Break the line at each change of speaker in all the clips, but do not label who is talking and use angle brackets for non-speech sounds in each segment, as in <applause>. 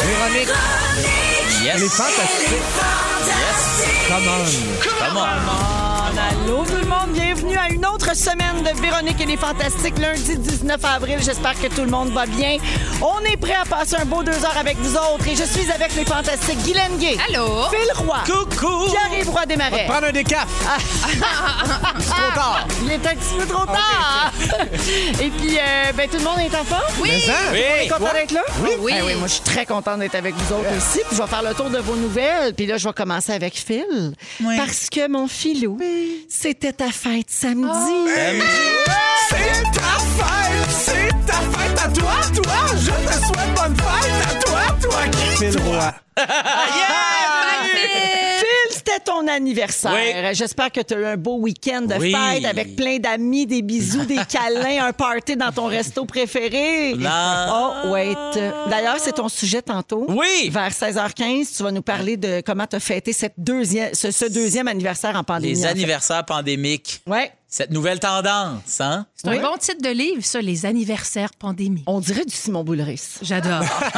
Véronique, elle est fantastique. Come on.
Oh, Allô tout le monde, bienvenue à une autre semaine de Véronique et les Fantastiques, lundi 19 avril. J'espère que tout le monde va bien. On est prêt à passer un beau deux heures avec vous autres et je suis avec les Fantastiques Guylaine Gay.
Allô?
Phil Roy.
Coucou.
Pierre-Yves Roy Desmarais.
Prendre un décaf.
trop tard. Il est un petit peu trop <laughs> tard. et puis, euh, ben, tout le monde est en forme?
Oui!
Mais hein?
On est content d'être là? Oui.
Oui.
oui, moi, je suis très contente d'être avec vous autres aussi. Puis je vais faire le tour de vos nouvelles. Puis là, je vais commencer avec Phil. Parce que mon filou, c'était ta fête samedi.
Ah,
C'est ta fête, c'est ta fête à toi, toi. Je te souhaite bonne fête à toi, toi qui. C'est le roi.
Phil, c'était ton anniversaire. J'espère que tu as eu un beau week-end de
Oui.
fête avec plein d'amis, des bisous,
<laughs>
des câlins, un party dans ton resto préféré.
Là.
Oh, wait. D'ailleurs, c'est ton sujet tantôt.
Oui.
Vers 16h15, tu vas nous parler de comment tu as fêté cette deuxième, ce, ce deuxième anniversaire en pandémie.
Les
en fait.
anniversaires pandémiques.
Ouais.
Cette nouvelle tendance, hein?
C'est
Oui.
un bon titre de livre, ça, Les anniversaires pandémie.
On dirait du Simon
<laughs>
Boulris.
J'adore. Oh,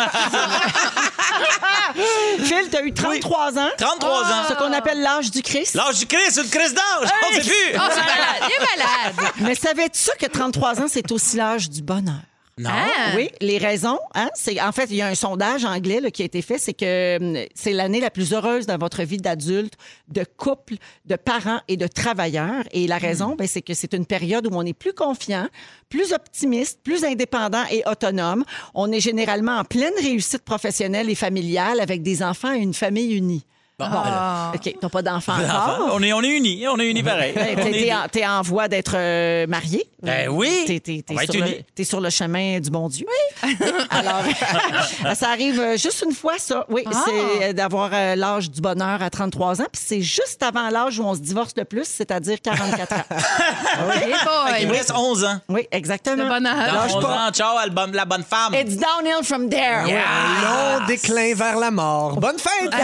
Phil, tu as eu 33 ans.
33 ans.
Ce qu'on appelle l'âge du Christ.
L'âge du Christ, c'est le Christ d'âge! On sait plus!
Oh,
Ah!
c'est malade! Il est malade!
Mais savais-tu que 33 ans, c'est aussi l'âge du bonheur?
Non.
Hein?
Oui, les raisons. Hein, c'est en fait, il y a un sondage anglais là, qui a été fait, c'est que hum, c'est l'année la plus heureuse dans votre vie d'adulte, de couple, de parent et de travailleur. Et la raison, ben, c'est que c'est une période où on est plus confiant, plus optimiste, plus indépendant et autonome. On est généralement en pleine réussite professionnelle et familiale avec des enfants et une famille unie.
Bon, voilà.
OK, t'as pas d'enfants
Enfin,
encore.
on, est, on est unis, on est unis pareil.
Hey,
On
T'es
est
t'es
deux.
en, t'es en voie d'être euh, marié.
Ben oui.
T'es- T'es t'es
On va
sur,
être
le-
unis.
t'es sur le chemin du bon Dieu. Oui. <laughs> Alors, ça arrive euh, juste une fois, ça. Oui,
Ah.
c'est euh, d'avoir euh, l'âge du bonheur à 33 ans. Puis c'est juste avant l'âge où on se divorce le plus, c'est-à-dire 44
<laughs>
ans.
Hey boy.
Il me reste 11 ans.
Oui, exactement.
Le bonheur.
Dans
Lâche
11
pas.
ans, ciao, album, la bonne femme.
It's downhill from there.
Un long déclin vers la mort. Bonne fête.
Ah,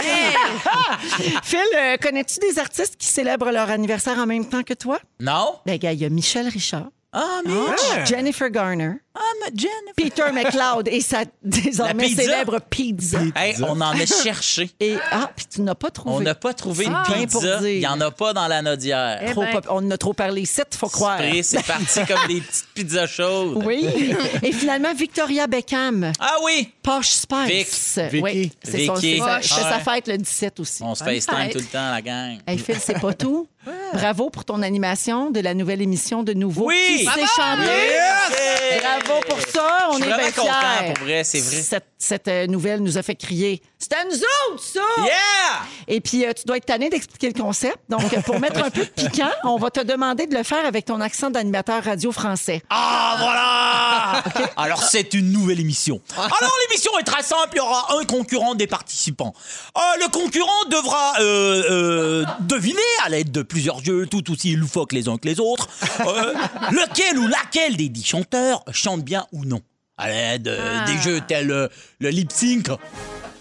Phil, euh, connais-tu des artistes qui célèbrent leur anniversaire en même temps que toi?
Non?
Ben, gars, il y a Michel Richard,
Ah, mais
Jennifer Garner,
I'm Jennifer.
Peter McLeod et
<laughs>
sa désormais
pizza.
célèbre pizza.
Hey, on en
<laughs>
a cherché.
Et ah, puis tu n'as pas trouvé.
On n'a pas trouvé une
Ah. Rien pour
pizza.
dire.
Il n'y en a pas dans la nodière.
Eh
Trop
ben.
pop- on en a trop parlé ici, faut croire.
Après, C'est
<laughs>
parti comme des petites pizzas chaudes.
Oui. <laughs> Et finalement, Victoria Beckham,
Ah oui!
Posh Spice.
Vic.
Oui, c'est son-
Vicky.
c'est sa-
Posh.
c'est sa
Ouais.
fête le 17 aussi. Hein?
On se
Bonne
FaceTime
fête.
tout le temps, la gang.
Hey Phil, c'est pas
<laughs>
tout. Bravo pour ton animation de la nouvelle émission de Nouveau
Oui.
qui s'est
Bravo.
chanté.
Yes!
Bravo pour ça, on
Je suis
est bien
vraiment content,
fiers.
pour vrai, c'est vrai.
Cette, cette, euh, nouvelle nous a fait crier. C'est à nous autres, ça!
Yeah!
Et puis, euh, tu dois être tanné d'expliquer le concept. Donc, euh, pour mettre un peu de piquant, on va te demander de le faire avec ton accent d'animateur radio français.
Ah, voilà! Alors, c'est une nouvelle émission. <laughs> Alors, l'émission est très simple. Il y aura un concurrent des participants. Euh, le concurrent devra euh, euh, deviner, à l'aide de plusieurs jeux tout aussi loufoques les uns que les autres, euh, <laughs> lequel ou laquelle des dix chanteurs chante bien ou non. À l'aide euh, des jeux tels euh, le lip sync.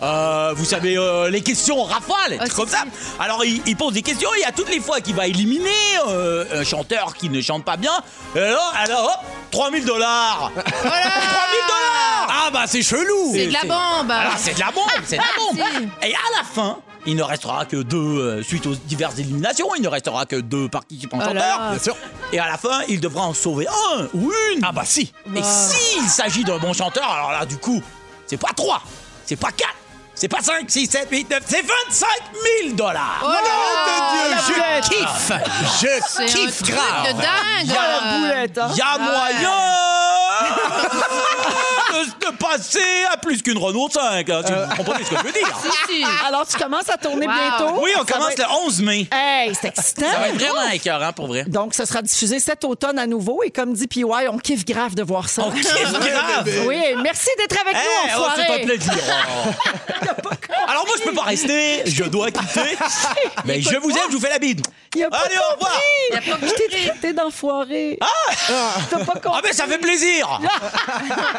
euh, vous savez, euh, les questions en rafale, des
Ah,
trucs comme
c'est
ça. Alors, il, il pose des questions et à toutes les fois qu'il va éliminer euh, un chanteur qui ne chante pas bien, euh, alors, alors hop, 3000 dollars. 3000 dollars
Ah bah c'est chelou.
C'est de la bombe! hein.
Alors, Ah, c'est de la bombe, c'est de la
Ah,
bombe. Et à la fin, il ne restera que deux, euh, suite aux diverses éliminations, il ne restera que deux participants chanteurs.
Bien sûr.
Et à la fin, il devra en sauver un ou une. Ah bah si. Et s'il s'agit d'un bon chanteur, alors là, du coup, c'est pas 3, c'est pas 4, c'est pas 5, 6, 7, 8, 9, c'est 25 000 dollars.
Oh
Nom
là!
de Dieu, je kiffe. Je
C'est un
kiffe
truc
grave.
de dingue!
Ah, la boulette, hein?
Il y a moyen <laughs> de, de passer à plus qu'une Renault 5. hein, si
Euh.
Vous comprenez ce que je
<laughs>
veux dire?
Si, si.
Alors, tu commences à tourner
Wow.
bientôt.
Oui, on
Ça va
commence
être-
le 11 mai.
Hey, c'est excitant.
Ça va être vraiment écœurant, pour vrai.
Donc, ce sera diffusé cet automne à nouveau. Et comme dit PY, on kiffe grave de voir ça.
On kiffe grave.
Oui, merci d'être avec
Eh,
nous,
oh, c'est un
enfoiré.
plaisir. Alors moi, je peux pas rester. Je dois quitter. Mais je vous aime, je vous fais la bide.
Il a pas
Allez, au revoir.
Il a pas
Je t'ai traité d'enfoiré. T'as pas
Ah
compris.
ben, ça fait plaisir. <laughs>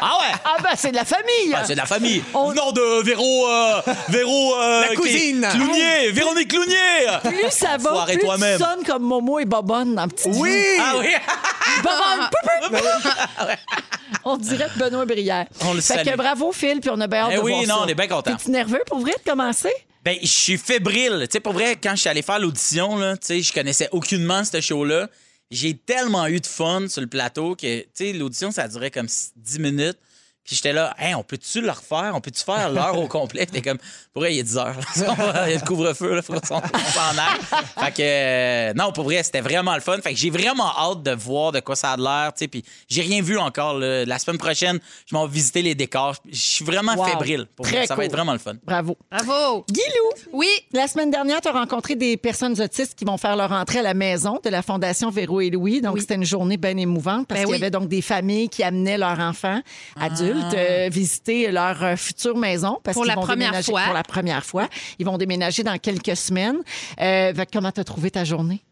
Ah ouais.
Ah ben, c'est de la famille.
Ah, c'est de la famille.
On-
Venant de Véro. euh, Véro. euh,
La
qui-
cousine.
Clounier. Véronique Clounier.
plus ça va,
Enfoiré
plus tu
toi-même.
sonnes comme Momo et Bobonne dans Petit Dieu.
Oui!
Ah oui.
<laughs> Bobonne, pou, pou, pou. On dirait Benoît Brière.
On le
fait
salue.
que bravo, Phil, puis on a bien hâte
Eh
de
oui,
voir
non,
ça.
on est bien content.
T'es-tu nerveux pour vrai de commencer?
Ben, je suis fébrile. Tu sais, pour vrai, quand je suis allé faire l'audition, là, tu sais, je connaissais aucunement ce show-là. J'ai tellement eu de fun sur le plateau que, tu sais, l'audition, ça durait comme s- 10 minutes. Puis j'étais là, hey, on peut-tu le refaire? On peut-tu faire l'heure au complet? Puis t'es comme, pour vrai, il est 10 heures. là. <laughs> On va- Il y a le couvre-feu, là, faut qu'on s'en on s'en aille. Fait que, euh, non, pour vrai, c'était vraiment le fun. Fait que j'ai vraiment hâte de voir de quoi ça a l'air, tu sais. Puis j'ai rien vu encore, là. La semaine prochaine, je m'en vais visiter les décors. Je suis vraiment
Wow.
fébrile. Pour
Très
vrai. Ça
cool.
va être vraiment le fun.
Bravo.
Bravo.
Guilou,
Oui.
la semaine dernière, tu as rencontré des personnes autistes qui vont faire leur entrée à la maison de la Fondation Véro et Louis. Donc,
Oui.
c'était une journée bien émouvante parce
Ben
qu'il
oui.
y
Ah.
avait donc des familles qui amenaient leurs enfants adultes euh, visiter leur euh, future maison parce
Pour
qu'ils
la
vont
première
déménager
fois.
pour la première fois. Ils vont déménager dans quelques semaines. Euh, fait que comment t'as trouvé ta journée?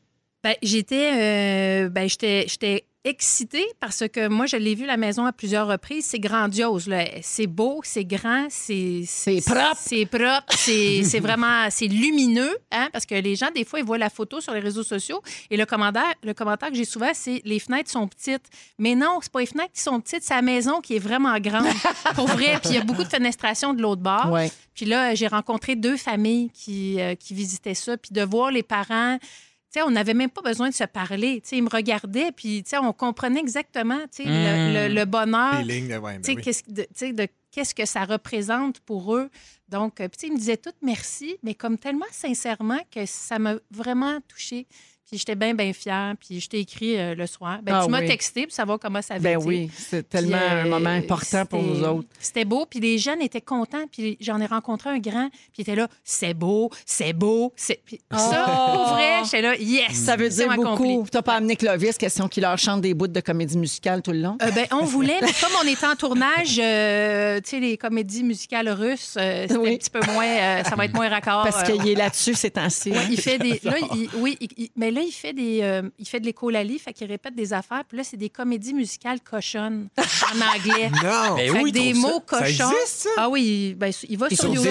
Ben, j'étais, euh, ben, j'étais, j'étais excitée parce que moi, je l'ai vu la maison à plusieurs reprises. C'est grandiose. là. C'est beau, c'est grand, c'est
C'est propre.
C'est propre, c'est
<laughs>
c'est vraiment, c'est lumineux, hein, parce que les gens des fois ils voient la photo sur les réseaux sociaux et le commentaire, le commentaire que j'ai souvent, c'est les fenêtres sont petites. Mais non, c'est pas les fenêtres qui sont petites, c'est la maison qui est vraiment grande, pour vrai. Puis il y a beaucoup de fenestration de l'autre bord.
Ouais.
Puis là, j'ai rencontré deux familles qui, euh, qui visitaient ça. Puis de voir les parents, tu sais, on n'avait même pas besoin de se parler. Tu sais, ils me regardaient, puis tu sais, on comprenait exactement, tu sais, le, le- le
Ah!
bonheur,
Les lignes, ouais, Mmh. ben
tu sais,
oui.
qu'est-ce que- de- tu sais, de qu'est-ce que ça représente pour eux. Donc, euh, puis tu sais, ils me disaient toutes merci, mais comme tellement sincèrement que ça m'a vraiment touchée. Puis j'étais bien, bien fière. Puis je t'ai écrit euh, le soir. Ben,
Ah
tu m'as
oui.
texté pour savoir comment ça avait
Ben
été.
oui, c'est tellement
Puis, euh,
un moment important pour
c'était-
nous autres.
C'était beau, puis les jeunes étaient contents, puis j'en ai rencontré un grand, puis il était là, c'est beau, c'est beau, c'est. Puis ça,
Oh!
pour vrai, j'étais là, yes!
Ça veut dire
mission accomplie.
beaucoup. T'as pas amené Clovis, question qu'il leur chante des bouts de comédie musicale tout le long?
Euh, ben, on voulait, mais comme on était en tournage, euh, tu sais, les comédies musicales russes, euh, c'était
Oui.
un petit peu moins, euh, ça va être moins raccord.
Parce
euh,
qu'il est là-dessus ces temps-ci.
Ouais,
hein?
il
<laughs>
fait des. Là, il- oui, il- il- mais là, il fait des. euh, il fait de l'écolalie, fait qu'il répète des affaires. Puis là, c'est des comédies musicales cochonnes en anglais.
Non!
Ben
Fait
oui,
que des
trouve ça.
mots cochons.
existe, ça?
Ah oui, il- ben, il va sur
sur
YouTube.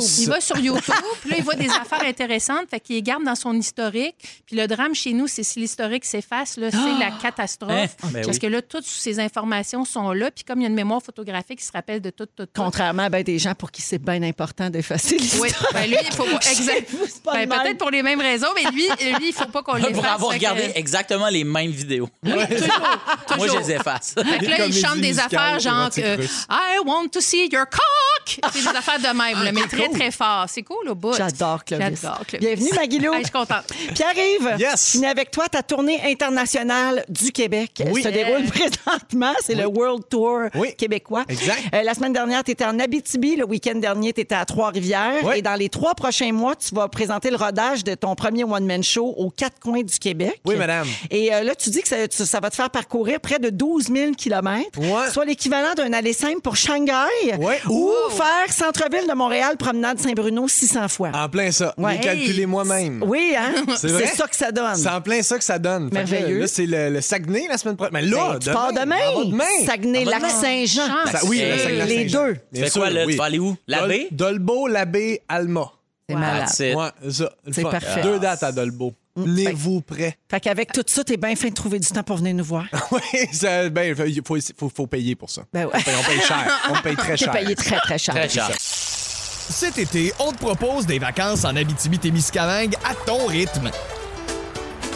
Disney+.
Il va sur YouTube,
<laughs>
puis là, il voit des affaires intéressantes, fait qu'il les garde dans son historique. Puis le drame chez nous, c'est si l'historique s'efface, là, c'est la catastrophe.
Ah! Hein? Ben
Parce
oui.
que là, toutes ces informations sont là, puis comme il y a une mémoire photographique qui se rappelle de tout, tout, tout.
Contrairement à ben des gens pour qui c'est bien important d'effacer l'histoire.
<laughs>
Oui, ben lui, il faut pas. Exact.
Chez vous, c'est pas
Ben,
le même.
peut-être pour les mêmes raisons, mais lui, lui il faut pas qu'on
<laughs>
les
pour
fasse,
avoir
fait que-
regardé exactement les mêmes vidéos.
Toujours,
Moi, je
toujours.
les efface.
Fait que
Des
là, il
comédies
chante des
musicales
affaires genre
érotiques
euh,
russes.
I want to see your
<laughs>
cock. C'est des affaires de même, là, mais très, très fort. C'est cool, au bout.
Ah, J'adore Clovis.
J'adore Clovis.
Bienvenue, Maguilou.
Hey, je
<laughs>
suis contente.
Pierre-Yves,
Yes.
finis avec toi ta tournée internationale du Québec.
Oui.
se déroule <laughs> présentement. C'est le World Tour
Oui.
québécois.
Exact.
Euh, la semaine dernière, tu étais en Abitibi. Le week-end dernier, tu étais à Trois-Rivières.
Oui.
Et dans les trois prochains mois, tu vas présenter le rodage de ton premier one-man show aux quatre coins du Québec.
Oui, madame.
Et euh, là, tu dis que ça, tu- ça va te faire parcourir près de 12 000 kilomètres,
Ouais.
soit l'équivalent d'un aller simple pour Shanghai
Ouais.
ou faire centre-ville de Montréal, promenade Saint-Bruno 600 fois.
En plein ça.
Ouais.
Mais calculez moi-même.
Oui, hein?
C'est vrai?
ça que ça donne.
C'est en plein ça que ça donne. Fait que là,
Merveilleux.
Là, c'est le, le Saguenay la semaine prochaine. Mais
Ben,
là,
tu pars demain.
on va demain.
Saguenay, Lac-Saint-Jean.
Chance.
Ça- oui,
Euh,
le Saguenay-Lac-Saint-Jean.
les deux.
Tu
Bien
fais quoi,
sûr,
là?
oui.
Tu vas aller où? La
Dol-
baie?
Dolbeau, l'abbé, Alma.
C'est malade.
That's it.
Ouais, ça. le
C'est
fun.
parfait. Mm.
Deux dates à Dolbeau. Venez-vous <laughs> prêt.
Fait qu'avec tout ça, t'es bien fin de trouver du temps pour venir nous voir.
Oui, ça- ben, il faut, faut- faut payer pour ça.
Ben ouais.
On paye cher. On paye très
T'es
cher.
payé très, très cher.
Très cher.
Cet été, on te propose des vacances en Abitibi-Témiscamingue à ton rythme.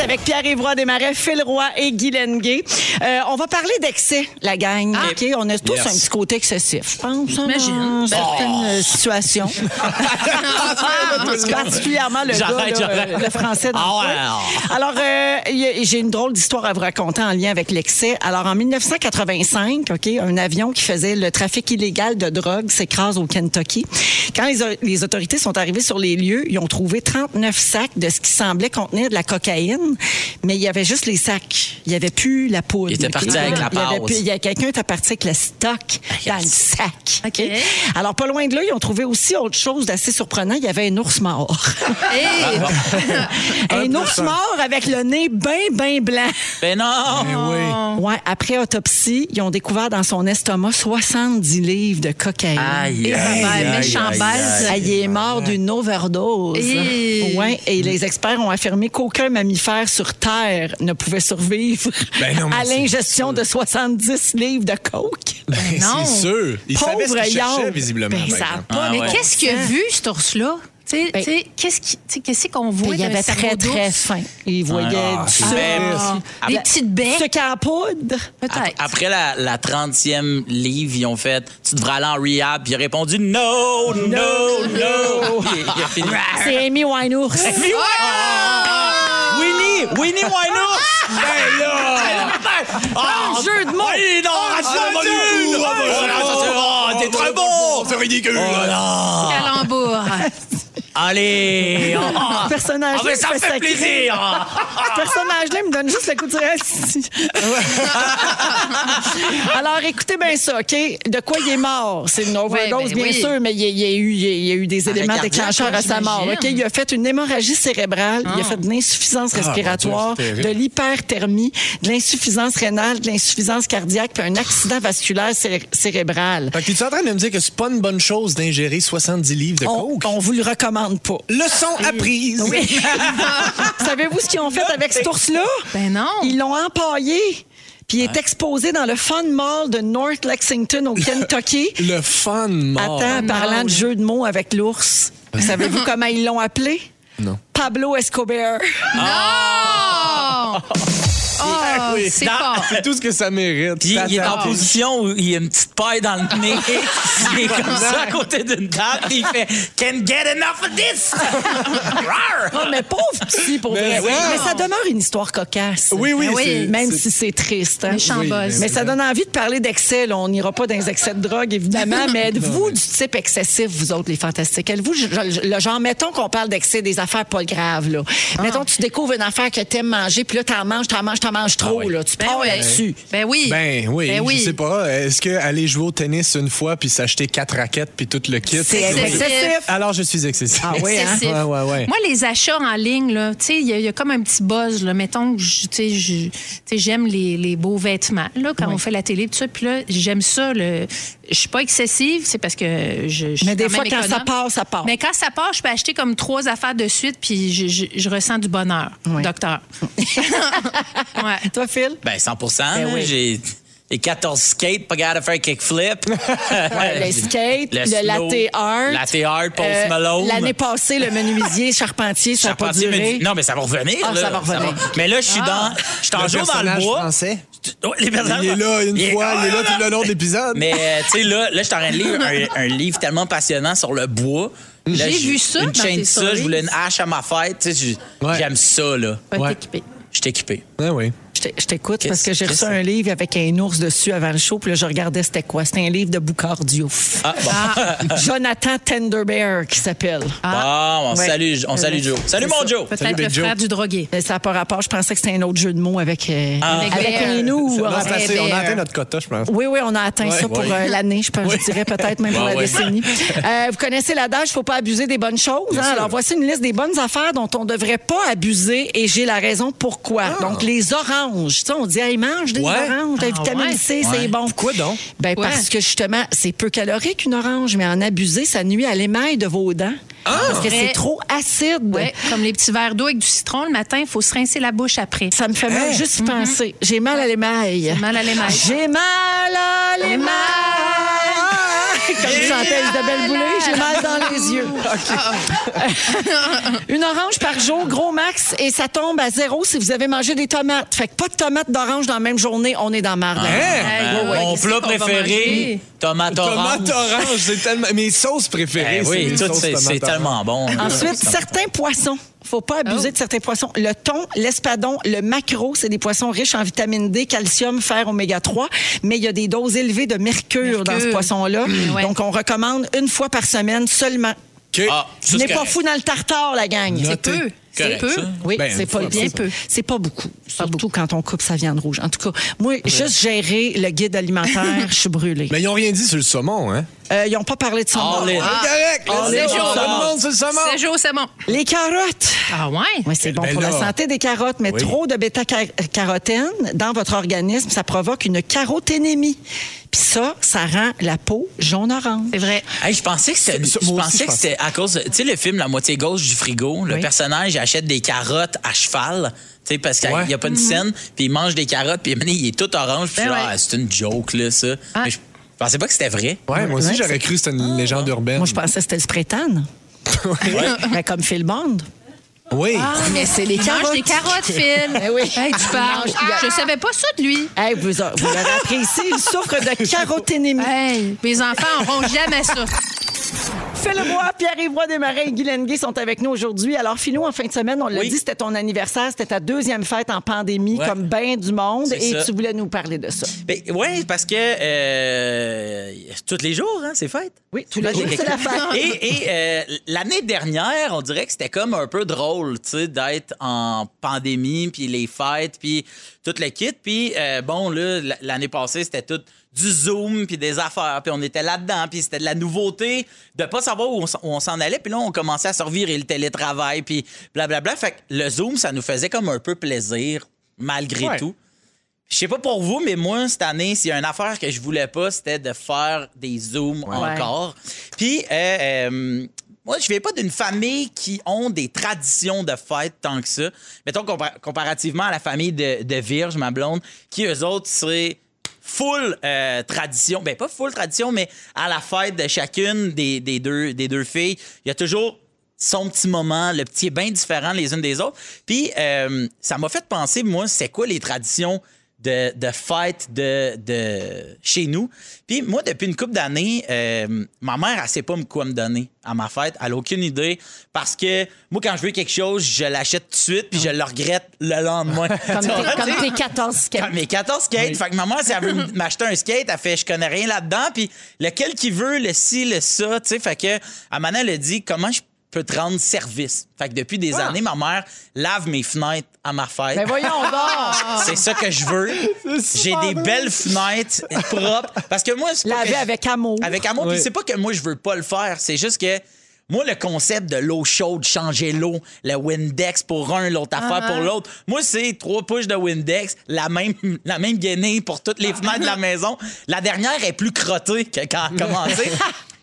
avec Pierre-Évroy Desmarais, Phil Roy et Guy Lenguet. Euh, on va parler d'excès, la gang.
Ah.
OK? On a tous
Yes.
un petit côté excessif, je pense. hein,
J'imagine.
dans certaines
<laughs>
euh, situations. Particulièrement le, gars,
J'arrête,
là,
j'arrête.
le français. Dans
Ah
le
ouais,
coin.
alors.
Alors, euh, y a- j'ai une drôle d'histoire à vous raconter en lien avec l'excès. Alors, en 1985, OK, un avion qui faisait le trafic illégal de drogue s'écrase au Kentucky. Quand les, au- les autorités sont arrivées sur les lieux, ils ont trouvé 39 sacs de ce qui semblait contenir de la cocaïne, mais il y avait juste les sacs. Il n'y avait plus la poudre.
Il était
OK?
parti avec la
Il y avait
base.
plus- Il y a quelqu'un qui était parti avec le stock dans le sac. OK?
OK.
Alors, pas loin de là, ils ont trouvé aussi autre chose d'assez surprenant. Il y avait un ours mort.
Ah,
Hey!
un ours mort avec le nez bien, bien blanc.
Ben
Eh
non!
Ouais, après autopsie, ils ont découvert dans son estomac 70 livres de cocaïne.
Aïe,
Et
aïe,
ça va,
aïe,
méchant
aïe,
baise.
Ah,
aïe.
il est mort d'une overdose.
Et-
Ouais, et les experts ont affirmé qu'aucun mammifère sur Terre ne pouvait survivre
Ben non, mais
à
c'est
l'ingestion de 70 livres de coke.
Ben, <laughs>
non.
C'est sûr. Il savait ce
Pauvre
qu'il cherchait,
Yann.
visiblement. par
Ben, ça a
exemple.
Ah
Mais
ouais.
qu'est-ce qu'il a vu, cet ours-là? Tu sais, tu sais, Qu'est-ce qui- tu sais, qu'est-ce qu'on voit
Ben, Il
d'un
avait
cerveau
très, très
d'ours?
faim. Il voyait
Ah,
du
c'est
sucre,
Ben,
bête.
Des
ah,
la-
petites baies,
sucre à poudre.
peut-être.
Après la, la 30e livre, ils ont fait Tu devrais aller en rehab. Puis il a répondu No, no, no. Puis il a fini.
C'est Amy Winehouse.
Ah! Winnie, Winnie Winehouse! Ben là! Ah,
jeu de mots.
Oui, non, rassure-moi du coup. Voilà, ça, c'est- oh, T'es très bon!
C'est ridicule. ah,
Voilà.
Calembour.
Allez! oh,
Ce personnage-là,
Ah, mais ça
il
me
fait
fait
sacrer.
plaisir!
Ce <laughs> personnage-là, il me donne juste le coup de dire Ah, si. Alors, écoutez bien ça, OK? De quoi il est mort? C'est une overdose,
Ouais, ben
bien
oui.
sûr, mais il y a, il y a eu, il y a- il y a eu des éléments
cardiaque,
déclencheurs à sa mort. OK?
j'imagine.
Il a fait une hémorragie cérébrale, il a
Ah.
fait de l'insuffisance respiratoire,
Dieu, c'est
de
terrible.
l'hyperthermie, de l'insuffisance rénale, de l'insuffisance cardiaque, puis un accident vasculaire céré- cérébral.
Fait que tu es en train de me dire que c'est pas une bonne chose d'ingérer 70 livres de
On,
coke?
on vous le recommande pas.
Leçon apprise.
<laughs> Savez-vous ce qu'ils ont fait avec cet ours-là?
Ben non.
Ils l'ont empaillé. Puis il est exposé dans le Fun Mall de North Lexington au Kentucky.
Le fun <laughs> mort.
Attends,
non,
parlant de
là.
jeu de mots avec l'ours, savez-vous comment ils l'ont appelé?
Non.
Pablo Escobar.
Oh! Oh,
oui. Ah,
c'est
Non.
fort.
C'est tout ce que ça mérite.
Puis
Ça,
il est
ça-
en position où il a une petite paille dans le nez. <laughs> il est comme ça à côté d'une table. puis il fait Can't get enough of this! <laughs> Roar!
Non, Ah, mais pauvre petit, pour
Mais
vrai.
oui.
Mais ça demeure une histoire cocasse.
Oui, oui,
Ah oui.
c'est-
Même si c'est triste. hein.
Méchant
Oui,
buzz.
Mais ça donne envie de parler d'excès. là. On n'ira pas dans les excès de drogue, évidemment, mais êtes-vous du type excessif, vous autres, les fantastiques? Êtes-vous je- je- le genre, mettons qu'on parle d'excès des affaires pas graves, là. Mettons, tu découvres une affaire que t'aimes manger, puis là, t'en manges, t'en manges, t'en manges trop, là. Tu
Ben
pars
oui.
là-dessus.
Ben oui.
Ben oui,
Ben oui.
je sais pas. Est-ce que aller jouer au tennis une fois puis s'acheter quatre raquettes puis tout le kit
C'est excessif.
Alors je suis excessif.
Ah oui, hein?
Excessif.
Ouais, ouais, ouais.
Moi, les achats en ligne, là, tu sais, il y, a- il y a comme un petit buzz. Là. Mettons que je- tu sais, je- tu sais, j'aime les, les beaux vêtements là, quand on fait la télé. Tout ça. Puis là, j'aime ça. le- Je suis pas excessive, c'est parce que je, je suis
Mais des
quand même
fois, quand ça
économe.
part, ça part.
Mais quand ça part, je peux acheter comme trois affaires de suite, puis je, je- je ressens du bonheur,
Oui. <laughs>
docteur. ouais.
Toi, Phil?
Ben 100
Ben oui.
J'ai les 14 skates, pas capable de faire kickflip. <laughs>
Euh, le skate, le,
slow,
latte art.
Latte art, Post
Euh,
Malone.
L'année passée, le menuisier <laughs> charpentier, ça n'a pas
Charpentier
duré.
me dit- Non, mais ça va revenir.
Ah,
là.
ça va revenir. Ah.
Mais là, je suis dans. Je t'en
Le
joue dans le
personnage
bois.
français.
Oh, les personnages- Ah,
Il est là une fois, il est là tout le long de l'épisode.
Mais euh, tu sais, là, là je suis en train de lire un, un livre tellement passionnant sur le bois. Là,
J'ai vu ça
Une
dans
chaîne
tes
de ça,
stories.
je voulais une hache à ma fête. Tu sais, je-
Ouais.
J'aime ça, là.
Faut être
Ouais.
équipé.
Je suis équipé.
Ah oui.
Je t'ai- je t'écoute
Qu'est-ce-
parce que j'ai reçu
qu'est-ce-
un livre avec un ours dessus avant le show, puis là, je regardais c'était quoi. C'était un livre de Boucard Diouf.
Ah, bon.
<laughs> Jonathan Tenderbear qui s'appelle.
Ah.
Ah.
Bon, on
Ouais.
salue, on salue Joe. Salut, mon Joe.
Peut-être
Big
le
Joe.
frère du drogué.
Mais ça n'a pas rapport. Je pensais que c'était un autre jeu de mots avec, euh,
Ah.
avec,
Avec
un
Bear.
nous.
Non, c'est assez. On a
Bear.
atteint notre quota, je pense.
Oui, oui, on a atteint ça pour
Hein? ouais.
euh, l'année, je, pense, je dirais peut-être même pour
Ouais,
la
ouais. <laughs>
décennie. Euh, vous connaissez l'adage, il ne faut pas abuser des bonnes choses. hein. Alors, voici une liste des bonnes affaires dont on ne devrait pas abuser et j'ai la raison pourquoi.
Ah.
Donc, les oranges. Tu sais, on dit, hey, mange des
Ouais.
oranges, la
Ah,
vitamine
ouais.
C, c'est
Ouais.
bon.
Quoi donc?
Ben, Parce que justement, c'est peu calorique une orange, mais en abuser, ça nuit à l'émail de vos dents.
Ah!
Parce que c'est
Vrai.
trop acide.
Ouais, comme les petits verres d'eau avec du citron le matin, il faut se rincer la bouche après.
Ça me fait mal juste y penser. Hein? Mm-hmm. J'ai mal à l'émail.
Mal à l'émail.
J'ai mal à l'émail. Comme chantait Isabelle Boulay, j'ai mal dans les <laughs> yeux. Ah, <laughs> Une orange par jour, gros max, et ça tombe à zéro si vous avez mangé des tomates. Fait que pas de tomates d'orange dans la même journée, on est dans marde.
Hein?
Aïe, ouais, ouais,
Ben. Mon
qu'est-ce
plat
qu'on va
préféré,
manger?
tomate orange.
Tomate orange, c'est tellement. Mes sauces préférées.
Eh oui,
des
tout,
sauces
c'est,
tomate
c'est
orange.
tellement bon.
Ensuite,
Ça-
certains poissons. Faut pas abuser
Oh.
de certains poissons. Le thon, l'espadon, le maquereau, c'est des poissons riches en vitamine D, calcium, fer, oméga 3, mais il y a des doses élevées de mercure, dans ce
Mercure.
poisson-là.
ouais.
Donc, on recommande une fois par semaine seulement.
OK.
Ah, ça,
Je n'ai
c'est
pas
correct.
fou dans le tartare, la gang.
C'est peu. C'est
Correct,
peu.
ça.
Oui,
Ben,
c'est pas
c'est
bien
pas
peu.
peu.
C'est pas beaucoup. Surtout quand on coupe sa viande rouge. En tout cas, moi, juste gérer le guide alimentaire, je suis brûlée.
Mais ils n'ont rien dit sur le saumon, hein?
Euh, ils n'ont pas parlé de ça.
All in.
C'est correct!
Ah,
let's
c'est
go.
chaud.
Tout le monde sur le saumon!
C'est chaud, c'est bon.
Les carottes.
Ah ouais?
Oui, c'est
Eh
bon
Ben
pour la
là.
santé des carottes, mais
Oui.
trop de bêta-carotène dans votre organisme, ça provoque une caroténémie. Puis ça, ça rend la peau jaune-orange.
C'est vrai.
Hey, je pensais que c'était,
Ça,
je
moi aussi,
pensais
je
que
pense.
c'était à cause, de- tu sais, le film La moitié gauche du frigo, le
Oui.
personnage il achète des carottes à cheval, tu sais, parce qu'il
Ouais.
n'y a pas de scène, puis il mange des carottes, puis à un moment donné, il est tout orange, puis je suis
Mhm. Ben
là,
ouais.
Ah, c'est une joke, là, ça.
Ah.
Mais je pensais pas que c'était vrai.
Ouais, moi
Ouais,
aussi, j'aurais cru que c'était une légende urbaine.
Moi, je pensais que c'était le spray
<laughs>
tan. <laughs> Ben, comme Phil Bond.
Oui.
Ah.
Ah, Mais c'est les
Il mange des carottes, Phil.
<laughs> Eh oui.
Hey, tu parles.
Il mange- il y a-
Je savais pas ça de lui.
Hey, vous, vous l'avez appris ici, il souffre de caroténémie.
Hey, mes enfants n'auront jamais ça.
Fais-le-moi, Pierre-Yvroy Desmarais et Guy Lenguet sont avec nous aujourd'hui. Alors, Philou, en fin de semaine, on l'a
Oui.
dit, c'était ton anniversaire, c'était ta deuxième fête en pandémie,
Ouais.
comme bien du monde,
C'est
et
ça.
tu voulais nous parler de ça.
Ben, ouais, parce que euh, tous les jours, hein, c'est fête.
Oui, tous les jours, c'est la fête.
Et, et, euh, l'année dernière, on dirait que c'était comme un peu drôle, tu sais, d'être en pandémie, puis les fêtes, puis tout le kit. Puis euh, bon, là, l- l'année passée, c'était tout du Zoom, puis des affaires, puis on était là-dedans, puis c'était de la nouveauté de pas savoir où on s'en- où on s'en allait. Puis là, on commençait à servir et le télétravail, puis blablabla. Fait que le Zoom, ça nous faisait comme un peu plaisir, malgré
Ouais.
tout. Je sais pas pour vous, mais moi, cette année, s'il y a une affaire que je voulais pas, c'était de faire des Zooms encore. Puis, euh, euh, moi, je viens pas d'une famille qui ont des traditions de fête tant que ça. Mettons, compar- comparativement à la famille de, de Virge, ma blonde, qui, eux autres, seraient full euh, tradition. Ben, pas full tradition, mais à la fête de chacune des, des deux, des deux filles, il y a toujours son petit moment, le petit est bien différent les unes des autres. Puis euh, ça m'a fait penser, moi, c'est quoi les traditions de, de fête de, de chez nous. Puis moi, depuis une couple d'années, euh, ma mère, elle sait pas me- quoi me donner à ma fête. Elle a aucune idée parce que moi, quand je veux quelque chose, je l'achète tout de suite puis je le regrette le lendemain.
Comme
Tu vois,
tes-
tu
comme
sais?
tes 14 skates.
Ah, mais 14 skates. Fait que maman, si elle
<laughs>
veut m'acheter un skate, elle fait je connais rien là-dedans. Puis lequel qui veut, le ci, le ça, tu sais. Fait que Amanda, elle a dit comment je peux te rendre service. Fait que depuis des années, ma mère lave mes fenêtres à ma fête.
Mais Ah. Ben voyons
<laughs>
donc!
C'est ça que je
<laughs>
veux. J'ai des belles fenêtres propres. Parce que moi, c'est pas que
Laver
je-
avec amour.
avec amour. Puis c'est pas que moi, je veux pas le faire. C'est juste que. Moi, le concept de l'eau chaude, changer l'eau, le Windex pour un, l'autre affaire pour l'autre. Moi, c'est trois push de Windex, la même, la même gainée pour toutes les fenêtres de la maison. La dernière est plus crottée que quand elle a commencé.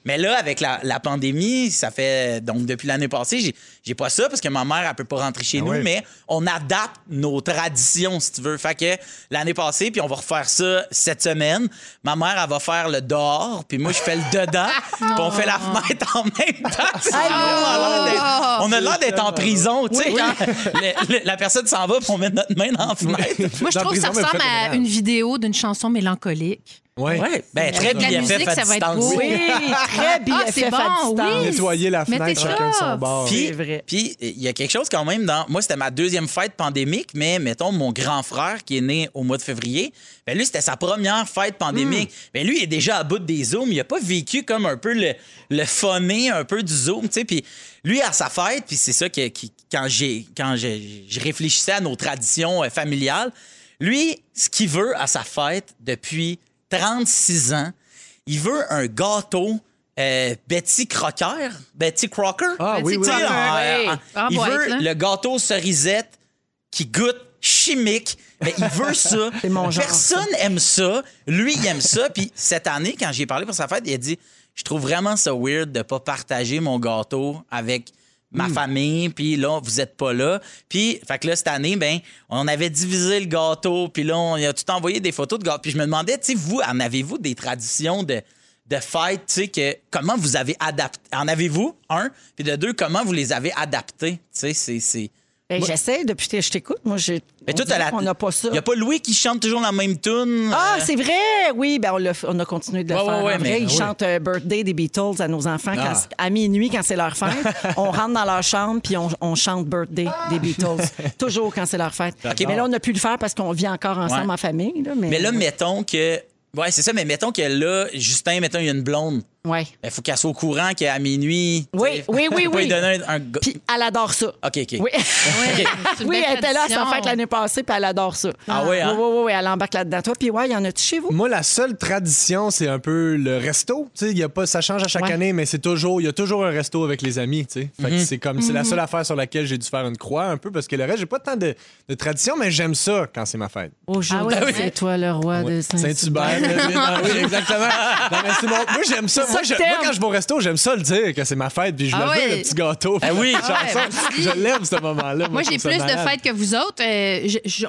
Mais là, avec la, la pandémie, ça fait. Donc, depuis l'année passée, j'ai- j'ai pas ça parce que ma mère, elle peut pas rentrer chez nous,
ouais.
mais on adapte nos traditions, si tu veux. Fait que l'année passée, puis on va refaire ça cette semaine. Ma mère, elle va faire le dehors, puis moi, je fais le dedans, puis on fait la fenêtre en même temps. C'est vraiment l'air d'être- on a l'air d'être en prison, tu sais, quand le- le- la personne s'en va, puis on met notre main dans la fenêtre.
Moi, je trouve que ça ressemble à une vidéo d'une
<laughs>
chanson mélancolique.
Ouais.
Ouais, ben, très
Avec de la
bien fait
musique,
à
ça va être
distance.
beau.
Oui, <laughs> très bien
Ah, c'est
fait à
bon,
distance.
oui.
Nettoyer la
Mettez
fenêtre,
ça.
chacun de son bord.
Puis,
Ah, C'est vrai.
puis, il y a quelque chose quand même dans. Moi, c'était ma deuxième fête pandémique, mais mettons, mon grand frère qui est né au mois de février, ben lui, c'était sa première fête pandémique.
Hmm.
Ben lui, il est déjà à bout des Zooms. Il a pas vécu comme un peu le, le phoné un peu du Zoom, tu sais. Puis lui, à sa fête, puis c'est ça que, qui- quand, j'ai, quand j'ai- je réfléchissais à nos traditions euh, familiales, lui, ce qu'il veut à sa fête depuis 36 ans, il veut un gâteau. euh, Betty Crocker, Betty Crocker,
Ah oui, oui.
tu sais,
Crocker,
en-
oui.
en-
En
il
boîte,
veut
là.
le gâteau cerisette qui goûte chimique. Mais il veut ça.
<laughs> C'est mon genre,
Personne aime ça. Lui, il aime ça. Puis cette année, quand j'ai parlé pour sa fête, il a dit Je trouve vraiment ça weird de ne pas partager mon gâteau avec ma
Hmm.
famille. Puis là, vous n'êtes pas là. Puis, fait que là, cette année, ben, on avait divisé le gâteau. Puis là, on il a tout envoyé des photos de gâteau. Puis je me demandais, tu sais, vous, en avez-vous des traditions de de fêtes, tu sais, que comment vous avez adapté. En avez-vous, un? Puis de deux, comment vous les avez adaptés? Tu sais, c'est- c'est.
Ben, J'essaie, depuis que je t'écoute, moi, j'ai.
Mais
on
toi, t'as
dirait
la-
qu'on n'a pas ça.
Y a pas Louis qui chante toujours la même tune.
Ah,
euh,
c'est vrai! Oui, ben on, l'a- on a continué de le
Ouais,
faire.
ouais, ouais,
en vrai,
mais-
ils
oui. Ah.
chantent euh, Birthday des Beatles à nos enfants quand- à minuit quand c'est leur fête.
<laughs>
on rentre dans leur chambre puis on, on chante Birthday des
<laughs>
Beatles. Toujours quand c'est leur fête. Mais là, on a pu le faire parce qu'on vit encore ensemble
Ouais.
en famille. Là, mais...
Mais là, mettons que. Ouais, c'est ça, mais mettons que là, Justin, mettons, il y a une blonde.
Ouais.
Il faut qu'elle soit au courant qu'à minuit. tu
Oui,
sais,
oui, oui,
<laughs> faut pas
oui.
lui donner un. un go-
Puis elle adore ça.
OK, OK.
Oui.
Ouais, c'est une
Oui,
belle
elle était là à sa
tradition.
fête l'année passée, puis elle adore ça.
Ah ouais, hein?
Oui, oui, oui, elle embarque là-dedans. Toi, puis ouais, il y en a-tu chez vous?
Moi, la seule tradition, c'est un peu le resto. Tu sais, il y a pas, ça change à chaque
Ouais.
année, mais c'est toujours, il y a toujours un resto avec les amis. Tu sais, Fait
Mhm.
que c'est comme, c'est la seule affaire sur laquelle j'ai dû faire une croix un peu parce que le reste, j'ai pas tant de, de tradition, mais j'aime ça quand c'est ma fête.
Aujourd'hui,
Ah oui.
c'est toi le roi de Saint-Hubert.
Saint-Hubert. le- Ah oui, exactement. Non, mais c'est mon- Moi, j'aime ça.
C'est
Moi,
ça
je-
que
moi,
t'aimes.
quand je vais au resto, j'aime ça le dire que c'est ma fête, puis je
Ah
le veux,
ouais.
le petit gâteau.
Ah oui.
Genre
Ah ouais,
ça,
moi aussi.
je l'aime, ce moment-là.
Moi,
je
j'ai
trouve
plus
ça
de
malade.
fêtes que vous autres. Euh, je- je-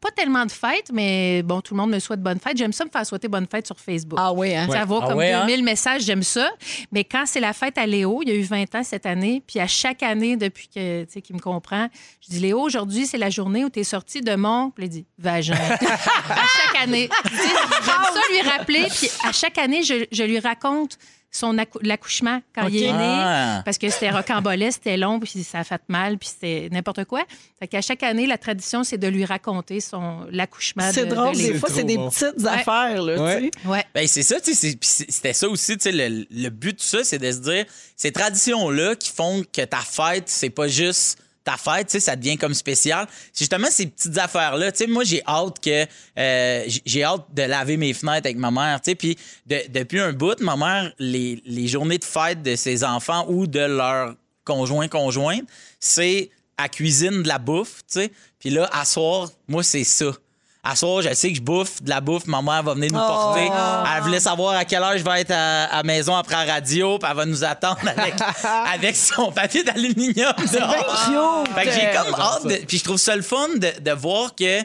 pas tellement de fêtes, mais bon, tout le monde me souhaite bonne fête. J'aime ça me faire souhaiter bonne fête sur Facebook.
Ah oui, hein?
Ça va
Ah
comme
ouais, hein?
2000 messages, j'aime ça. Mais quand c'est la fête à Léo, il y a eu 20 ans cette année, puis à chaque année depuis que tu sais, qu'il me comprend, je dis Léo, aujourd'hui, c'est la journée où tu es sorti de mon, puis il dit
<laughs>
vagin. à chaque année. Tu sais, J'aime ça lui rappeler, puis à chaque année, je, je lui raconte son accou- l'accouchement quand il est né.
Ah.
Parce que c'était rocambolesque, c'était long, puis ça a fait mal, puis c'était n'importe quoi. Fait qu'à chaque année, la tradition, c'est de lui raconter son l'accouchement
C'est
de- de
drôle,
Léo.
des fois,
C'est
c'est
trop
des
bon.
petites affaires, là,
Ouais.
tu sais.
Ouais.
Ben, c'est ça, tu sais. c'est- puis c'est- C'était ça aussi, tu sais. Le, le but de ça, c'est de se dire, ces traditions-là qui font que ta fête, c'est pas juste ta fête, tu sais, ça devient comme spécial. C'est justement ces petites affaires-là. Tu sais, moi, j'ai hâte que. euh, j'ai- j'ai hâte de laver mes fenêtres avec ma mère, tu sais. Puis de- depuis un bout, ma mère, les, les journées de fête de ses enfants ou de leur conjoint conjointe c'est à cuisine de la bouffe, tu sais. Puis là, à soir, moi, c'est ça. À soir, je sais que je bouffe de la bouffe, ma mère va venir nous porter.
Oh.
Elle voulait savoir à quelle heure je vais être à, à maison après la radio, puis elle va nous attendre
<laughs>
avec, avec son papier d'aluminium. dehors.
cute.
Fait que j'ai comme hâte, de- puis je trouve ça le fun de, de voir que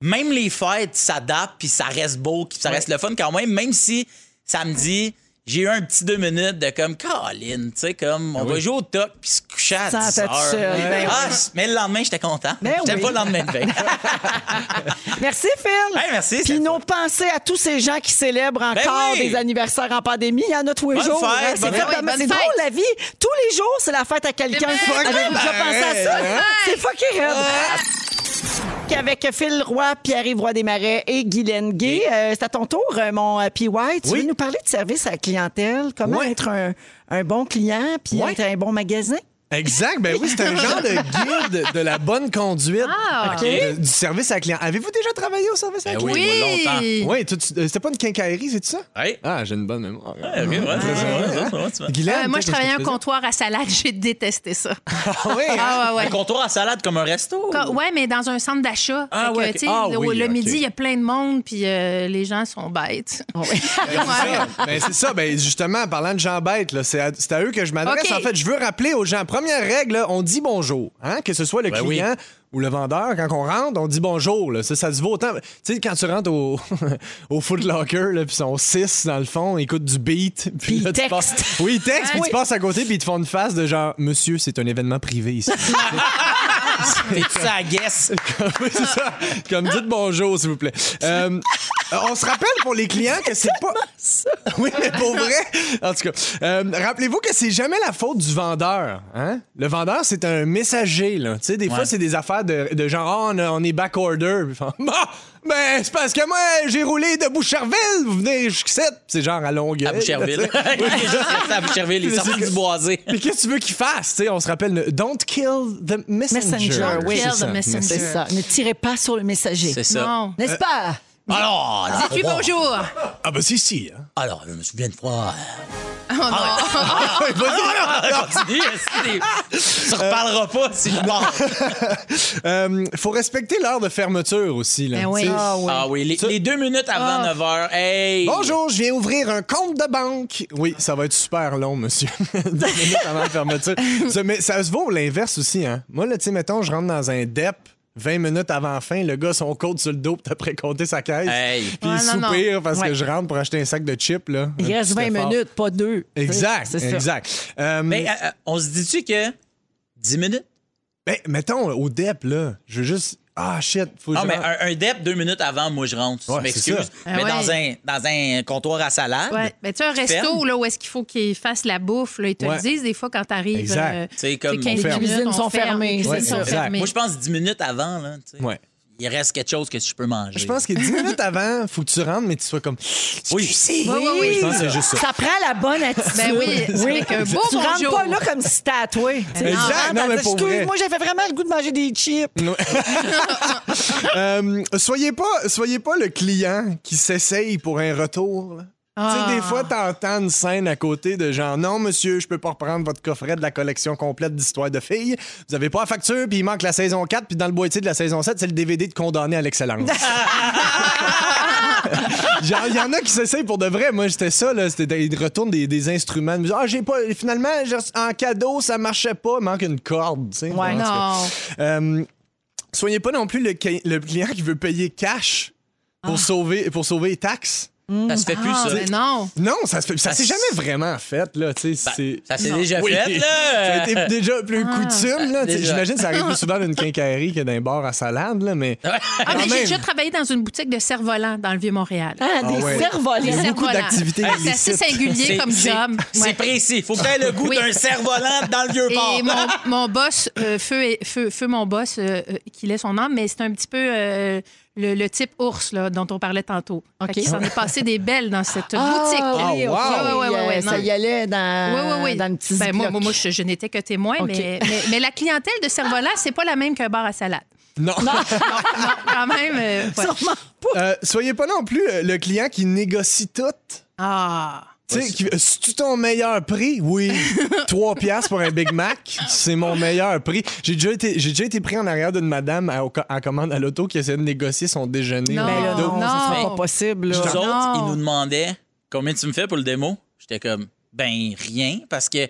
même les fêtes s'adaptent, puis ça reste beau, puis ça reste le fun quand même, même si samedi, j'ai eu un petit deux minutes de comme, Caroline, tu sais, comme, on va jouer au toc, puis se coucher à
Sans
10
tête
heures.
seule, ben
Ah, mais le lendemain, j'étais content.
Ben
j'étais
oui.
pas le lendemain
<laughs>
de veille.
Merci, Phil.
Hey, merci,
Puis
c'est- Ben
nos pensées à tous ces gens qui célèbrent encore
oui.
des anniversaires en pandémie. Il y en a tous les
Bonne
jours.
fête,
hein.
bonne
c'est fait
fête.
de-
Bonne
c'est
fête.
drôle, la vie. Tous les jours, c'est la fête à quelqu'un.
C'est vrai.
Avez-vous déjà pensé à
Ben
ça? C'est fucking raide. Avec Phil Roy, Pierre-Yves Roy Desmarais et Guylaine Gay. Euh, c'est à ton tour, euh, mon euh, PY. Tu veux nous parler de service à la clientèle, comment
Ouais.
être un, un bon client puis
Ouais.
être un bon magasin?
Exact, ben oui, c'est
<laughs>
un genre de guide de la bonne conduite euh,
Ah, OK.
de- du service à la client. Avez-vous déjà travaillé au service à la
Ben
client?
Oui, moi,
Oui.
Oui, tu- tu- euh, c'était pas une quincaillerie, c'est ça?
Ouais.
Ah, j'ai une bonne mémoire.
Ouais, ok, ouais, c'est vrai, c'est vrai, c'est vrai.
Guylaine,
Euh, moi, je
toi, qu'est-ce que
travaillais
tu
un
faisais?
comptoir à salade. J'ai détesté ça.
Ah oui, hein?
Ah, ouais,
Un
ouais.
comptoir à salade comme un resto?
Quand- ouais, mais dans un centre d'achat.
Oh. Ah,
Fait que,
ouais, ok.
tu sais,
Ah,
le,
oui,
le
ok.
midi, il y a plein de monde, puis euh, les gens sont bêtes.
Ben, c'est ça. Ben, c'est ça. Ben, justement, en parlant de gens bêtes, là, c'est, à, c'est à eux que je
OK.
m'adresse. En fait, je veux rappeler aux gens, première règle, là, on dit bonjour. Hein? Que ce soit le
Ben
client ou le vendeur, quand on rentre, on dit bonjour. là. Ça, ça se vaut autant. Tu sais, quand tu rentres au, <laughs> au Foot Locker, là, puis ils sont six dans le fond, ils écoutent du beat.
Puis
là,
ils
tu
textent.
passes- Oui, ils textent, puis
Oui.
tu passes à côté, puis ils te font une face de genre, monsieur, c'est un événement privé ici.
<laughs> T'es-tu à
<laughs>
guess?
Oui, c'est ça. Comme dites bonjour, s'il vous plaît. Euh, on se rappelle pour les clients que c'est pas. <laughs> Oui, mais pour vrai. En tout cas, euh, rappelez-vous que c'est jamais la faute du vendeur. Hein? Le vendeur, c'est un messager. Là. Tu sais, des fois,
Ouais.
c'est des affaires de, de genre, Ah, on, a- on est back-order. Puis ils font, Bon, ben, c'est parce que moi, j'ai roulé de Boucherville. Vous venez jusqu'ici. Puis C'est genre à Longueuil.
À
<laughs>
Boucherville. <laughs> Il est juste resté à Boucherville, il est
Mais
sorti
c'est que-
du
<laughs>
boisé.
Mais qu'est-ce que tu veux qu'il fasse? Tu sais, on se rappelle, le don't kill the messenger.
Messenger, oui.
C'est
Kill the
ça.
messenger.
C'est ça. Ne tirez pas sur le messager.
C'est ça. Euh,
Non.
N'est-ce pas?
Alors,
Dis-tu
bon.
bonjour.
Ah, ben, si, si. hein.
Alors, je me souviens de
<laughs>
fois.
Ah,
Ah,
Ouais, vas-y. Ah!
Continue, est-ce que c'est- Tu reparleras pas si je
<laughs>
parle.
Euh, faut respecter l'heure de fermeture aussi. Là,
Ben oui.
Tu sais,
Ah
Ah oui, les, les deux minutes avant 9 h. Hey!
Bonjour, je viens ouvrir un compte de banque. Oui, ça va être super long, monsieur. <laughs> Deux minutes avant la fermeture. Ça, mais ça se vaut l'inverse aussi. Hein. Moi, là, tu sais, mettons, je rentre dans un DEP. 20 minutes avant fin, le gars, son code sur le dos, puis t'as précompté sa caisse.
Hey.
Puis
Ouais,
il
non, non.
soupire parce que
Ouais.
je rentre pour acheter un sac de chips. Là,
Il
Un
reste
petit
20
effort.
minutes, pas deux.
Exact,
C'est ça.
exact. Euh,
Mais euh, euh, on se dit-tu que 10 minutes?
ben, mettons, au DEP, là, je veux juste... Ah, shit, faut que
Non,
je...
mais un, un DEP, deux minutes avant, moi, je rentre.
Ouais,
tu m'excuses.
c'est
ça.
Mais
Ah ouais.
dans, un, dans un comptoir à salade,
Ouais. Ben, tu sais, un resto
fermes.
là, où est-ce qu'il faut qu'ils fassent la bouffe, là, ils te
Ouais.
le disent des fois quand t'arrives. euh,
Exact.
tu sais, comme.
quinze
on ferme.
minutes,
Les cuisines
on
sont
ferme,
fermées,
les cuisines
c'est
sont
ça.
fermées.
Moi, je pense 10 minutes avant, là, tu sais.
Ouais.
il reste quelque chose que je peux manger.
Je pense que 10 minutes avant, faut que tu rentres, mais tu sois comme...
Oui.
Oui, oui,
Je
oui.
pense que c'est juste ça.
Ça prend la bonne attitude.
Ben oui, c'est avec un beau
tu rentres
bonjour.
pas là comme si t'as à toi. Tu sais,
Exact,
tu rentres,
non,
t'as
mais
dit,
pour vrai.
Excuse-moi, j'avais vraiment le goût de manger des chips.
Euh, soyez pas, soyez pas le client qui s'essaye pour un retour. là. Tu sais, des fois, t'entends une scène à côté de genre Non, monsieur, je peux pas reprendre votre coffret de la collection complète d'histoires de filles. Vous avez pas la facture, puis il manque la saison 4, puis dans le boîtier de la saison 7, c'est le DVD de Condamné à l'excellence. Genre, il y en a qui s'essayent pour de vrai. Moi, j'étais ça, là. C'était, ils retournent des, des instruments. de musique. Ah, j'ai pas. Finalement, j'ai reçu- en cadeau, ça marchait pas. Manque une corde, tu sais. En tout cas.
Non.
Euh, soyez pas non plus le, ca- le client qui veut payer cash pour,
Ah.
sauver, pour sauver les taxes.
Ça se fait plus,
Ah,
ça.
ben non.
Non, ça se fait- ça
Ça
s'est
s-
jamais vraiment fait là, tu sais,
Ben,
c'est-
ça s'est
Non.
déjà
Oui.
fait, là.
<laughs> Ça a été déjà plus coutume là, tu sais,
déjà.
j'imagine que ça arrive plus souvent d'une
<laughs>
quincaillerie que d'un bar à salade là, mais
Ah, mais
Quand
j'ai
même.
déjà travaillé dans une boutique de cerfs-volants dans le Vieux-Montréal.
Ah,
Ah
des
ouais.
Des
cerfs-volants.
beaucoup
cerfs-volants.
d'activités
Ah, C'est assez
illicites.
singulier
C'est-
comme
c'est-
job.
C'est
Ouais.
précis. Faut que t'aies le goût
Oui.
d'un cerf-volant dans le vieux port.
Et mon,
<laughs>
mon boss, euh, feu, et- feu, feu, mon boss, euh, euh, qui laisse son âme, mais c'est un petit peu euh, le, le type ours là, dont on parlait tantôt.
OK.
Il s'en est passé des belles dans cette boutique.
Ah, oui, ok.
Ah, wow.
Ouais, ouais, ouais, ouais,
Ça
non.
y allait dans,
Oui, oui, oui.
dans le petit
Ben, moi,
Ziploc.
moi, moi, je, je n'étais que témoin,
OK.
mais, mais, mais la clientèle de cerf-volant, c'est pas la même qu'un bar à salade.
non.
Non, quand même. euh, ouais.
Sûrement pas.
<laughs> Euh, soyez pas non plus euh, le client qui négocie tout.
Ah.
Tu sais, qui- si tu ton meilleur
<laughs>
prix, oui, 3 piastres pour un Big Mac, c'est mon meilleur prix. J'ai déjà été, j'ai déjà été pris en arrière d'une madame à- au- en commande à l'auto qui essayait de négocier son déjeuner.
Non.
Ben là,
Ah, Non.
non, ça sera
Non.
pas possible.
<laughs> Nous
là.
Non.
autres, ils nous demandaient combien tu me fais pour le démo. J'étais comme, ben rien, parce que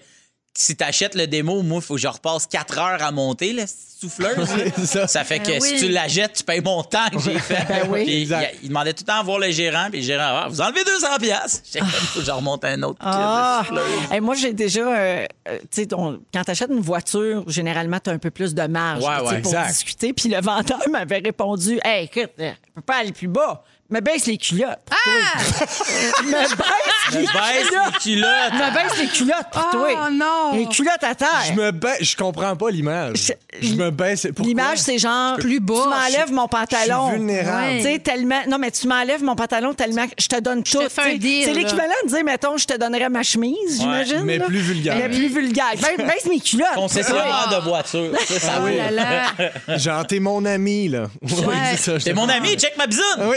si t'achètes le démo, moi, il faut que je repasse 4 heures à monter, la souffleuse. là.
<laughs> C'est ça.
Ça fait que
Ben oui.
si tu la jettes, tu payes mon temps que j'ai fait.
Ben oui.
Puis,
Exact.
il- il demandait tout le temps à voir le gérant, puis le gérant, Ah, vous enlevez 200 piastres. J'étais comme, faut que je remonte un autre. kit de
Ah!
<laughs>
souffleuse.
Hey, moi, j'ai déjà. euh, euh, tu sais, on- quand tu achètes une voiture, généralement, tu as un peu plus de marge
Ouais,
tu sais,
ouais,
pour
exact.
discuter. Puis le vendeur <laughs> m'avait répondu Hey, écoute, euh, je peux pas aller plus bas, mais baisse les culottes. pour
Ah!
toi. <laughs> me baisse
Je
les
baisse
culottes.
les culottes.
Me baisse les culottes pour
Oh,
toi.
non.
Les culottes à
Je
terre.
me baisse, je comprends pas l'image.
Je-
Je me baisse. pourquoi?
L'image, c'est genre.
Plus bas,
Tu m'enlèves mon
Je suis
pantalon.
vulnérable.
Ouais.
Tu sais, tellement. Non, mais tu m'enlèves mon pantalon tellement que je te donne tout.
te fais un
tu sais.
deal,
C'est
là.
l'équivalent de dire, mettons, je te donnerais ma chemise, j'imagine.
mais
là.
plus vulgaire.
Mais plus vulgaire. Ben, baisse mes culottes. <laughs>
Concessionnaire de voiture. Ça, ça
Ah
Oh
vaut.
là là.
Genre, t'es mon ami, là. <laughs> Oui, c'est ça, je
T'es
te-
mon ami, check ma bisoune. <laughs>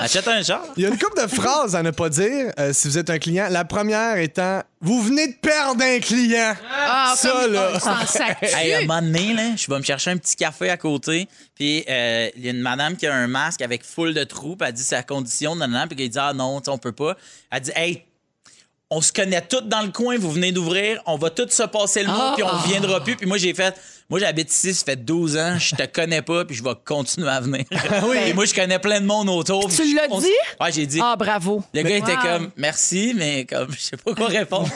Achète un char.
Il y a une couple de phrases à ne pas dire euh, si vous êtes un client. La première étant Vous venez de perdre un client.
Ah,
Ça,
comme-
là.
oh, ça sac
Hey, à un moment donné, là, je vais me chercher un petit café à côté. Puis euh, il y a une madame qui a un masque avec full de trous. Puis elle dit sa condition. Nan, nan, nan. puis elle dit Ah non, tu sais, on peut pas. Elle dit Hey, on se connaît toutes dans le coin. Vous venez d'ouvrir. On va toutes se passer le mot. puis on
Ah.
reviendra plus. Puis moi, j'ai fait Moi, j'habite ici. Ça fait 12 ans. Je te connais pas. Puis je vais continuer
<laughs>
à venir. Et moi, je connais plein de monde autour.
Ah Tu
puis
l'as
on s-
dit?
Ouais, j'ai dit.
Ah, bravo.
le gars était
Wow.
comme Merci, mais comme <laughs> je sais pas quoi
<laughs>
répondre.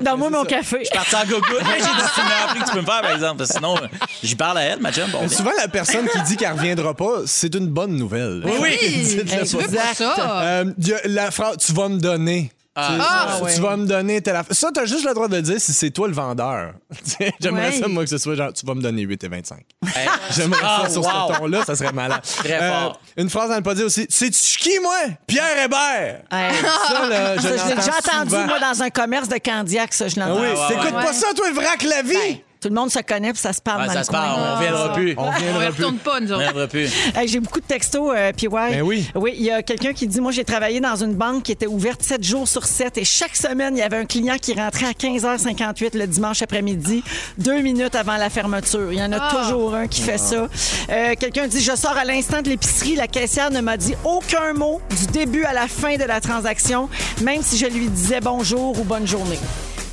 Dans moi, mon café.
parti en gogo. J'ai dit, c'est le meilleur prix que tu peux me faire, par exemple. Parce que sinon, euh, j'y parle à elle, ma chum. Bon, ben.
Mais
bien.
souvent, la personne qui dit qu'elle reviendra pas, c'est une bonne nouvelle.
Oui, <laughs>
Dites-le
tu
pas.
veux pas ça.
Euh, il y a la phrase Tu vas me donner. Tu sais,
Ah,
tu
ouais.
vas me donner telle affaire. Ça, t'as juste le droit de le dire si c'est toi le vendeur. <laughs> Tu sais, J'aimerais
Ouais.
ça, moi, que ce soit genre, tu vas me donner 8 et 25.
Hey,
J'aimerais
Ah,
ça sur
wow.
ce ton-là, ça serait malade. Euh,
Très fort.
Une phrase à ne pas dire aussi, c'est-tu qui, moi? Pierre Hébert!
Hey.
Ça, là, je
ah, Ça, je l'ai déjà
l'entends
entendu,
souvent.
moi, dans un commerce de Candiac, ça, je
Ah oui,
l'entends.
ouais,
t'écoutes
ouais.
pas ça, toi, vrac la vie! Ah.
Ben, tout le monde se connaît, puis ça se parle
<laughs>
Ouais,
dans
ça
le
se parle,
coin.
on reviendra plus. On
On
On ne
reviendra plus.
retourne pas, nous autres.
reviendra plus.
Hey, j'ai beaucoup de textos, euh, puis ouais.
Ben oui.
Oui, il y a quelqu'un qui dit Moi, j'ai travaillé dans une banque qui était ouverte 7 jours sur 7 et chaque semaine, il y avait un client qui rentrait à 15h58 le dimanche après-midi, deux minutes avant la fermeture. Il y en a
Ah.
toujours un qui fait ça. Euh, quelqu'un dit Je sors à l'instant de l'épicerie. La caissière ne m'a dit aucun mot du début à la fin de la transaction, même si je lui disais bonjour ou bonne journée.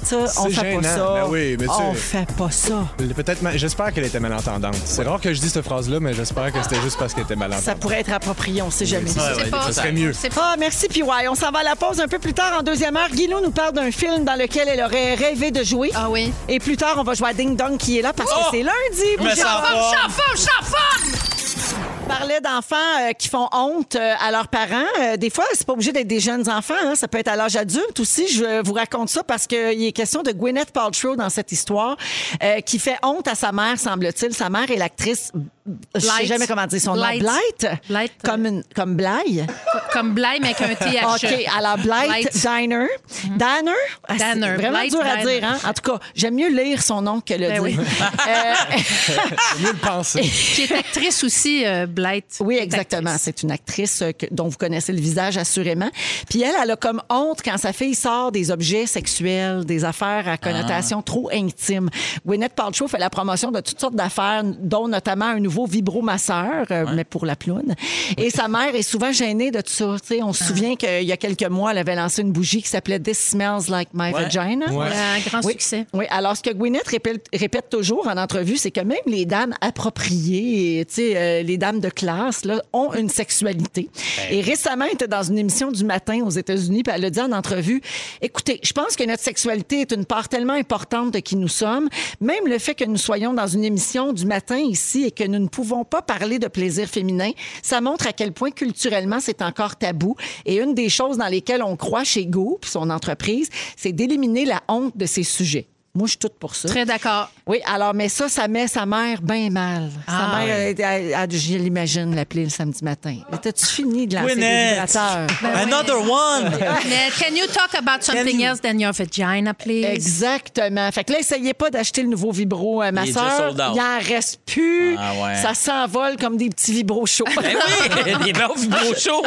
Ça, on
C'est
fait
gênant.
pas ça.
Ben oui, mais tu-
on fait pas ça.
Peut-être, ma- j'espère qu'elle était malentendante. C'est rare que je dise cette phrase-là, mais j'espère que c'était juste parce qu'elle était malentendante.
Ça pourrait être approprié, on sait jamais.
Ouais,
C'est
ouais,
pas-
ça serait mieux.
C'est pas.
Ah, merci, PY. On s'en va à la pause un peu plus tard en deuxième heure. Guilou nous parle d'un film dans lequel elle aurait rêvé de jouer.
Ah oui.
Et plus tard, on va jouer à Ding Dong qui est là parce que
Oh!
c'est lundi.
Mais
bougez
ça
pas.
Ah.
va.
Chauffe, chauffe!
On parlait d'enfants euh, qui font honte euh, à leurs parents. Euh, des fois, c'est pas obligé d'être des jeunes enfants. hein. Ça peut être à l'âge adulte aussi. Je vous raconte ça parce qu'il est question de Gwyneth Paltrow dans cette histoire euh, qui fait honte à sa mère, semble-t-il. Sa mère est l'actrice... Je sais
Blight.
jamais comment dire son
Blight.
nom. Blight?
Blight.
Comme, une, comme Blaye?
Comme Blime avec un E. TH.
OK, à la Blight,
Blight. Mhm.
Diner. Diner? Ah, c'est
Diner,
Vraiment
Blight
dur à
Diner.
dire, hein? En tout cas, j'aime mieux lire son nom que le
Ben
dire. <laughs> Ah, Euh,
oui.
Faut mieux le
<laughs>
penser.
Qui est actrice aussi, euh, Blight.
Oui,
Qui est
exactement.
actrice.
C'est une actrice euh, que- dont vous connaissez le visage assurément. Puis elle, elle a comme honte quand sa fille sort des objets sexuels, des affaires à
Ah.
connotation trop intime. Gwyneth Paltrow fait la promotion de toutes sortes d'affaires, dont notamment un nouveau vibromasseur, euh, mais pour la ploune. Et sa mère est souvent gênée de tout ça. Tu sais, on
Ah.
se souvient qu'il y a quelques mois, elle avait lancé une bougie qui s'appelait This Smells Like My
Ouais.
Vagina.
Elle a Un grand
Oui.
succès.
Oui, alors ce que Gwyneth répète, répète toujours en entrevue, c'est que même les dames appropriées, tu sais, euh, les dames de classe, là, ont une sexualité. Et récemment, elle était dans une émission du matin aux États-Unis, puis elle a dit en entrevue, écoutez, je pense que notre sexualité est une part tellement importante de qui nous sommes, même le fait que nous soyons dans une émission du matin ici et que nous ne pouvons pas parler de plaisir féminin, ça montre à quel point culturellement c'est encore tabou. Et une des choses dans lesquelles on croit chez Go, puis son entreprise, c'est d'éliminer la honte de ces sujets. Moi, je suis toute pour ça.
Très d'accord.
Oui, alors, mais ça, ça met sa mère bien mal.
Ah,
sa mère, elle- elle- elle- je l'imagine, l'appeler le samedi matin. Mais T'as-tu fini de lancer les
Gwyneth.
vibrateurs?
<laughs>
Ben
Another
<laughs>
one!
Mais can you talk about something
you-
else than your vagina, please?
Exactement. Fait que là, essayez pas d'acheter le nouveau vibro à ma
Il est
sœur.
déjà sold out.
Il en reste plus.
Ah ouais.
Ça s'envole comme des petits vibros
<laughs>
chauds.
Eh oui, il est bien au vibro
<laughs>
chaud.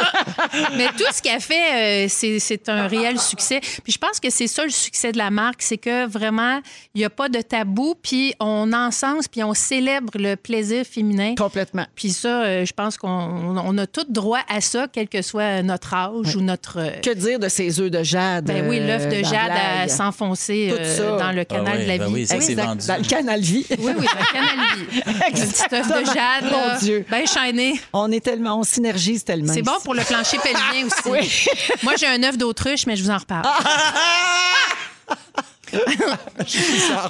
Mais tout ce qu'elle fait, euh, c'est c'est un réel succès. Puis je pense que c'est ça le succès de la marque, c'est que vraiment, il n'y a pas de tabou, puis on encense, puis on célèbre le plaisir féminin.
Complètement.
Puis ça, euh, je pense qu'on on- on a tout droit à ça, quel que soit notre âge ou notre... euh,
Que dire de ces œufs de jade?
ben oui, l'œuf
euh,
de
dans
Jade à
Blague?
s'enfoncer
Tout
euh,
ça. Eh
dans le canal
Ah oui,
de la
ben
vie.
oui, ça, c'est
Exact.
vendu.
Dans le canal vie. <laughs>
Oui, oui, dans le canal de vie. Un petit œuf de
Exactement.
Jade, là,
Mon Dieu.
ben chaîné.
On est tellement, on synergise tellement.
C'est bon
ici.
pour le plancher pelvien aussi. <laughs> Moi, j'ai un œuf d'autruche, mais je vous en reparle.
Ah!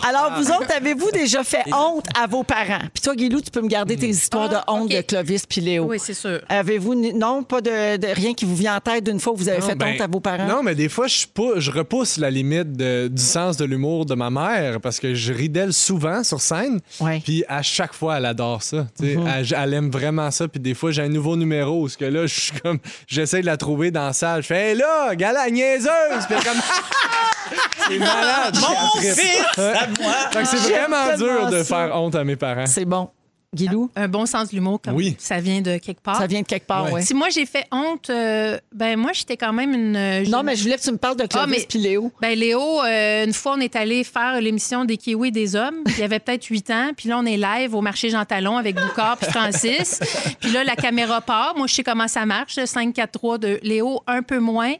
Alors,
Ah.
vous autres, avez-vous déjà fait honte à vos parents? Puis toi, Guilou, tu peux me garder
Hmm.
tes histoires de
Ah,
honte
ok.
de Clovis puis Léo.
Oui, c'est sûr.
Avez-vous. ni- Non, pas de, de rien qui vous vient en tête d'une fois où vous avez fait
Non, ben,
honte à vos parents?
Non, mais des fois, je, pou- je repousse la limite de- du sens de l'humour de ma mère parce que je ris d'elle souvent sur scène.
Ouais. Mm-hmm.
Puis à chaque fois, elle adore ça. tu sais. elle, elle aime vraiment ça. Puis des fois, j'ai un nouveau numéro où ce que là, je suis comme, j'essaie de la trouver dans la salle. Je fais, hé là, gala niaiseuse! Puis elle est comme, <laughs> c'est malade!
Mon
J'ai la triste.
fils!
Ouais.
À moi!
Fait que c'est
J'aime
vraiment dur
tellement ça.
de faire honte à mes parents.
C'est bon. Guilou,
Un bon sens de l'humour, comme
Oui.
ça vient de quelque
Ah.
part.
ça vient de quelque part, oui.
Si moi j'ai fait honte, euh, ben moi j'étais quand même une. euh,
Non,
jeune-
mais je voulais que tu me parles de
Ah,
Clovis
mais-
puis Léo.
Ben Léo, euh, une fois on est allé faire l'émission des Kiwis et des hommes. Il avait peut-être 8 ans. Puis là on est live au marché Jean Talon avec Boucard puis Francis. Puis là la caméra part. Moi je sais comment ça marche. 5, 4, 3, 2. Léo un peu moins.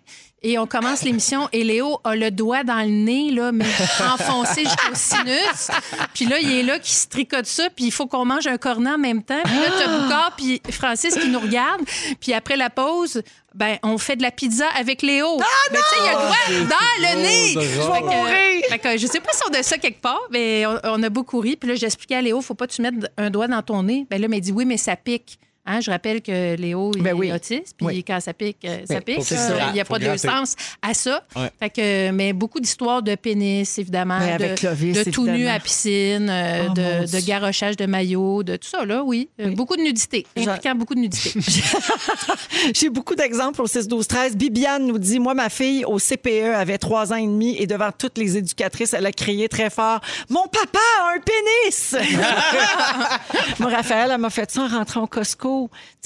Et on commence l'émission et Léo a le doigt dans le nez, là, mais enfoncé jusqu'au sinus. Puis là, il est là qui se tricote ça, puis il faut qu'on mange un cornet en même temps. Puis là, t'as Boucard puis Francis qui nous regarde. Puis après la pause, ben, on fait de la pizza avec Léo. mais tu sais, il a le doigt dans le nez.
drôle.
Fait que- fait que je sais pas si on a ça quelque part, mais on, on a beaucoup ri. Puis là, j'expliquais à Léo, faut pas que tu mettes un doigt dans ton nez. Ben là, il m'a dit oui, mais ça pique. Hein, je rappelle que Léo, il
Ben oui.
est autiste, puis
Oui. Ben,
quand ça pique, euh, ça
Oui.
pique.
C'est
Euh,
ça.
Il n'y a
Faut
pas de
gratter.
sens à ça.
Ouais.
Fait que, mais beaucoup d'histoires de pénis, évidemment,
Ouais,
de,
avec Clovis,
de tout nu
évidemment.
à piscine, euh,
Oh, mon
de,
Dieu.
de garochage de maillot, de tout ça, là, oui. Euh, Beaucoup de nudité,
J'a-
impliquant beaucoup
<laughs>
de nudité.
J'ai beaucoup d'exemples au 6-12-13. Bibiane nous dit Moi, ma fille au CPE avait trois ans et demi et devant toutes les éducatrices, elle a crié très fort <laughs> Mon papa a un pénis Moi, Raphaël, elle m'a fait ça en rentrant au Costco. photo. Tu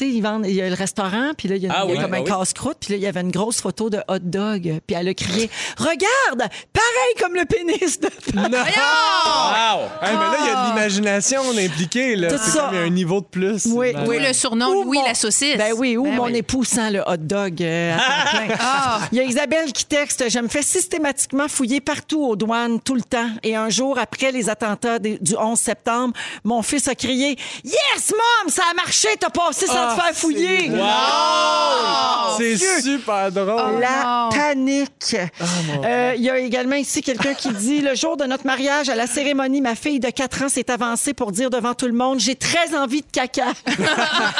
sais, ils vendent, il y a le restaurant, puis là, il y a,
Ah
il y a
oui,
comme
ah
un
oui.
casse-croûte, puis là, il y avait une grosse photo de hot dog. Puis elle a crié Regarde, pareil comme le pénis de.
Non!
Wow!
Hey, mais là, il y a de l'imagination impliquée. là.
Tout
C'est
ça.
comme il y a un niveau de plus.
Oui,
Malade.
D'où le surnom
Ou
Louis
mon-
la saucisse.
Ben oui, ou
Ben
mon
oui. Ah!
époux sent le hot dog euh, à temps
<laughs>
plein. Il y a Isabelle qui texte Je me fais systématiquement fouiller partout aux douanes, tout le temps. Et un jour, après les attentats des- du 11 septembre, mon fils a crié Yes, mom, ça a marché, t'as passé sans te faire fouiller. Oh,
C'est super drôle.
La
non.
panique. Euh, Il y a également ici quelqu'un qui dit le jour de notre mariage à la cérémonie, ma fille de 4 ans s'est avancée pour dire devant tout le monde j'ai très envie de caca. <laughs>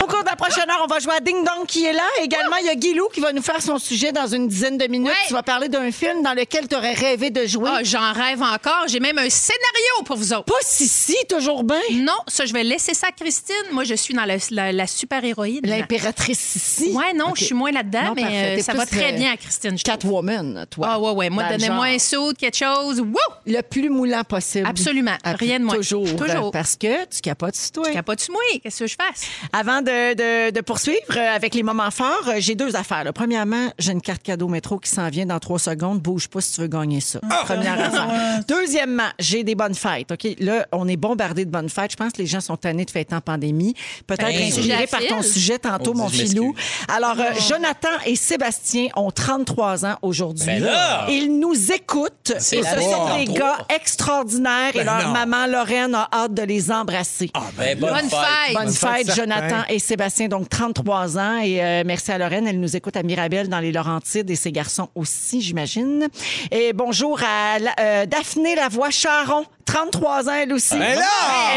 Au cours de la prochaine heure, on va jouer à Ding Dong qui est là. Également, il y a Guilou qui va nous faire son sujet dans une dizaine de minutes.
Ouais.
Tu vas parler d'un film dans lequel tu aurais rêvé de jouer.
Ah, J'en rêve encore. J'ai même un scénario pour vous autres.
Pas si si, toujours bien.
Non, ça, je vais laisser ça à Christine. Moi, je suis dans la, la- la super-héroïne.
L'impératrice ici.
Ouais, non,
Ok.
je suis moins là-dedans,
Non, parfait.
mais euh,
T'es
ça
plus
va très
le-
bien à Christine. je trouve.
Catwoman, toi.
Ah, ouais, ouais. Moi,
Dans le
donnez-moi
genre.
un saut, quelque chose. Wouh!
Le plus moulant possible.
Absolument.
Ah, puis
Rien de moins.
Toujours.
Toujours.
Parce que tu capotes sur toi.
Je capote sur moi. Qu'est-ce que je fasse?
Avant de, de- de poursuivre euh, avec les moments forts, euh, j'ai deux affaires. là. Premièrement, j'ai une carte cadeau métro qui s'en vient dans trois secondes. Bouge pas si tu veux gagner ça.
Ah! <laughs>
Première affaire. Deuxièmement, j'ai des bonnes fêtes. OK, là, on est bombardé de bonnes fêtes. Je pense que les gens sont tannés de fêter en pandémie. Peut-être
Ben,
inspiré
oui.
par ton
J'affile.
sujet tantôt,
On dit,
mon
je Oh.
filou. Alors, euh, Jonathan et Sébastien ont 33 ans aujourd'hui.
Ben là!
Ils nous écoutent.
C'est
et
la
ce sont
mort.
des gars extraordinaires. et leur
non.
maman, Lorraine, a hâte de les embrasser.
Ben Ah, ben, bonne,
Bonne fête!
Bonne
fête,
fête,
certain.
Jonathan et Sébastien, donc 33 ans. Et euh, merci à Lorraine, elle nous écoute à Mirabel dans les Laurentides et ses garçons aussi, j'imagine. Et bonjour à la- euh, Daphné Lavoie-Charon, 33 ans elle aussi.
Ben là!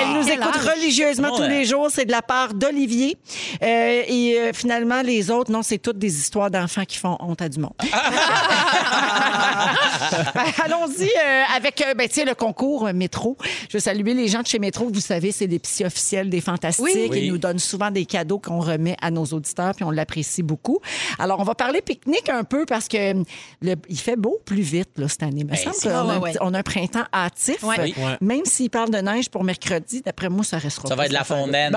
Elle nous
Quel
écoute
âge.
religieusement
Ouais.
tous les jours, c'est de la part d'Olivier. Euh, et euh, finalement, les autres, non, c'est toutes des histoires d'enfants qui font honte à du monde. <laughs> Ben, Allons-y euh, avec euh, ben, tu sais, le concours euh, Métro. Je veux saluer les gens de chez Métro. Vous savez, c'est l'épicier officiel des Fantastiques.
Oui.
Oui.
Ils nous donnent souvent des cadeaux qu'on remet à nos auditeurs, puis on l'apprécie beaucoup. Alors, on va parler pique-nique un peu parce que le, il fait beau plus vite là, cette année. Il me semble
c'est-
qu'on a,
ouais,
un
Ben, ouais.
petit- on a un printemps hâtif.
Ouais. Oui.
Ouais.
Même s'il parle de neige pour mercredi, d'après moi, ça restera
Ça
pas
va être de la
cette affaire-là.
fondaine.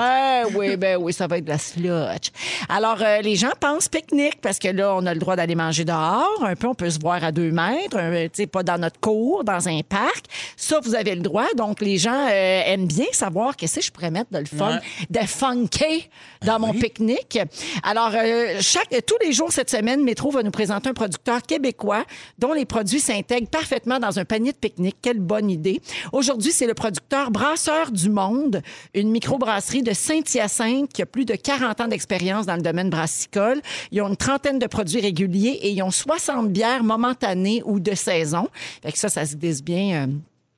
Ben oui, ben oui, ça va être de la slotch. Alors, euh, les gens pensent pique-nique parce que là, on a le droit d'aller manger dehors. Un peu, on peut se voir à deux mètres, un- tu sais, pas dans notre cour, dans un parc. Ça, vous avez le droit. Donc, les gens euh, aiment bien savoir qu'est-ce que je pourrais mettre de le fun, de funky
Ben
dans mon pique-nique. Alors, euh, chaque, tous les jours cette semaine, Métro va nous présenter un producteur québécois dont les produits s'intègrent parfaitement dans un panier de pique-nique. Quelle bonne idée. Aujourd'hui, c'est le producteur Brasseur du Monde, une microbrasserie de Saint-Hyacinthe qui a plus de 40 ans d'expérience dans le domaine brassicole. Ils ont une trentaine de produits réguliers et ils ont 60 bières momentanées ou de saison. Fait que ça, ça se glisse bien. euh,